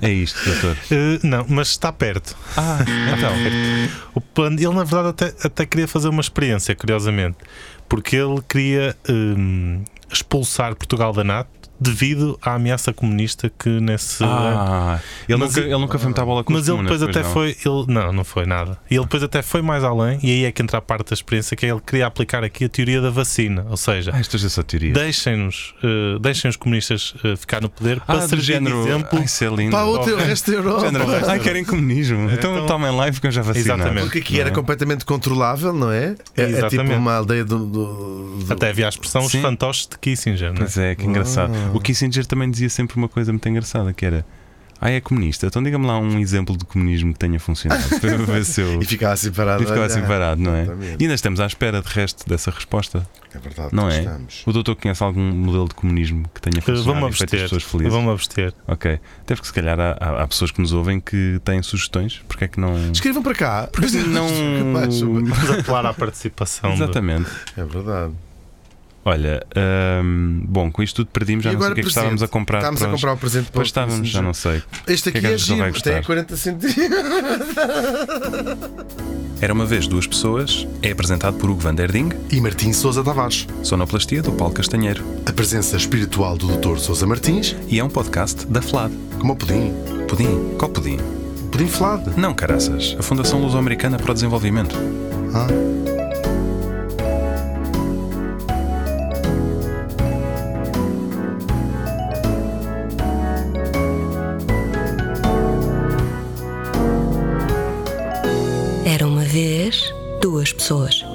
[SPEAKER 1] É isto, doutor.
[SPEAKER 3] Eh, não, mas está perto.
[SPEAKER 1] Ah, então.
[SPEAKER 3] O plano, ele na verdade até, até queria fazer uma experiência, curiosamente, porque ele queria hum, expulsar Portugal da NATO devido à ameaça comunista que nesse.
[SPEAKER 1] Ah, ele,
[SPEAKER 3] Mas
[SPEAKER 1] nunca,
[SPEAKER 3] e-
[SPEAKER 1] ele nunca foi muito à bola com os
[SPEAKER 3] Mas ele
[SPEAKER 1] comunas,
[SPEAKER 3] depois até
[SPEAKER 1] pois não?
[SPEAKER 3] foi. Ele, não, não foi nada. E ele depois até foi mais além, e aí é que entra a parte da experiência que é ele queria aplicar aqui a teoria da vacina, ou seja.
[SPEAKER 1] Ah, isto é só teoria.
[SPEAKER 3] Deixem-nos, eh, deixem os comunistas eh, ficar no poder
[SPEAKER 1] Ah,
[SPEAKER 3] para
[SPEAKER 1] do
[SPEAKER 3] servir de
[SPEAKER 1] género.
[SPEAKER 3] exemplo.
[SPEAKER 1] Ai, isso é lindo.
[SPEAKER 2] Pá, outro é o resto da Europa.
[SPEAKER 1] Género, ai, querem comunismo. Então,
[SPEAKER 3] então-
[SPEAKER 1] tomem live que eu já vacino. é?
[SPEAKER 3] Exatamente.
[SPEAKER 2] Porque aqui é era completamente controlável, não é? É, é tipo
[SPEAKER 3] Exatamente.
[SPEAKER 2] uma aldeia do. do- do-
[SPEAKER 3] Até havia a expressão os
[SPEAKER 1] Sim.
[SPEAKER 3] fantoches de Kissinger, não é?
[SPEAKER 1] Pois é, que engraçado. O
[SPEAKER 2] Ah.
[SPEAKER 1] Kissinger também dizia sempre uma coisa muito engraçada, que era Ah, é comunista. Então diga-me lá um exemplo de comunismo que tenha funcionado. Para eu ver se eu...
[SPEAKER 2] E ficava assim parado.
[SPEAKER 1] E ficava
[SPEAKER 2] olha.
[SPEAKER 1] assim parado, não é?
[SPEAKER 2] Exatamente.
[SPEAKER 1] E ainda estamos à espera de resto dessa resposta,
[SPEAKER 2] É verdade,
[SPEAKER 1] não é?
[SPEAKER 2] estamos.
[SPEAKER 1] O doutor conhece algum modelo de comunismo que tenha
[SPEAKER 3] Eh,
[SPEAKER 1] funcionado
[SPEAKER 3] Vou-me
[SPEAKER 1] e feito as
[SPEAKER 3] abster.
[SPEAKER 1] pessoas felizes?
[SPEAKER 3] Vou-me abster.
[SPEAKER 1] Ok. Até porque se calhar há, há- há pessoas que nos ouvem que têm sugestões, porque é que não.
[SPEAKER 2] Escrevam para cá. Porque
[SPEAKER 1] não...
[SPEAKER 3] Vamos apelar à participação. do-
[SPEAKER 1] Exatamente.
[SPEAKER 2] É verdade.
[SPEAKER 1] Olha, hum, bom, com isto tudo perdimos, já
[SPEAKER 2] E
[SPEAKER 1] não sei o
[SPEAKER 2] agora
[SPEAKER 1] que é que
[SPEAKER 2] presente.
[SPEAKER 1] estávamos a comprar.
[SPEAKER 2] Estávamos a
[SPEAKER 1] para os-
[SPEAKER 2] comprar o presente para
[SPEAKER 1] Pois
[SPEAKER 2] o
[SPEAKER 1] estávamos, já
[SPEAKER 2] Kissinger.
[SPEAKER 1] não sei.
[SPEAKER 2] Este
[SPEAKER 1] que é
[SPEAKER 2] aqui
[SPEAKER 1] que
[SPEAKER 2] é,
[SPEAKER 1] a pessoa vai
[SPEAKER 2] giro, tem
[SPEAKER 1] gostar?
[SPEAKER 2] 40 centímetros.
[SPEAKER 1] Era uma vez duas pessoas é apresentado por Hugo Van Der Ding,
[SPEAKER 2] E Martim Sousa Tavares.
[SPEAKER 1] sonoplastia do Paulo Castanheiro,
[SPEAKER 2] A presença espiritual do Dr. Sousa Martins,
[SPEAKER 1] e é um podcast da FLAD.
[SPEAKER 2] como o pudim.
[SPEAKER 1] Pudim? Qual pudim?
[SPEAKER 2] Pudim flado.
[SPEAKER 1] Não, caraças. A Fundação Luso-Americana para o Desenvolvimento.
[SPEAKER 2] Ah.
[SPEAKER 5] Era uma vez duas pessoas.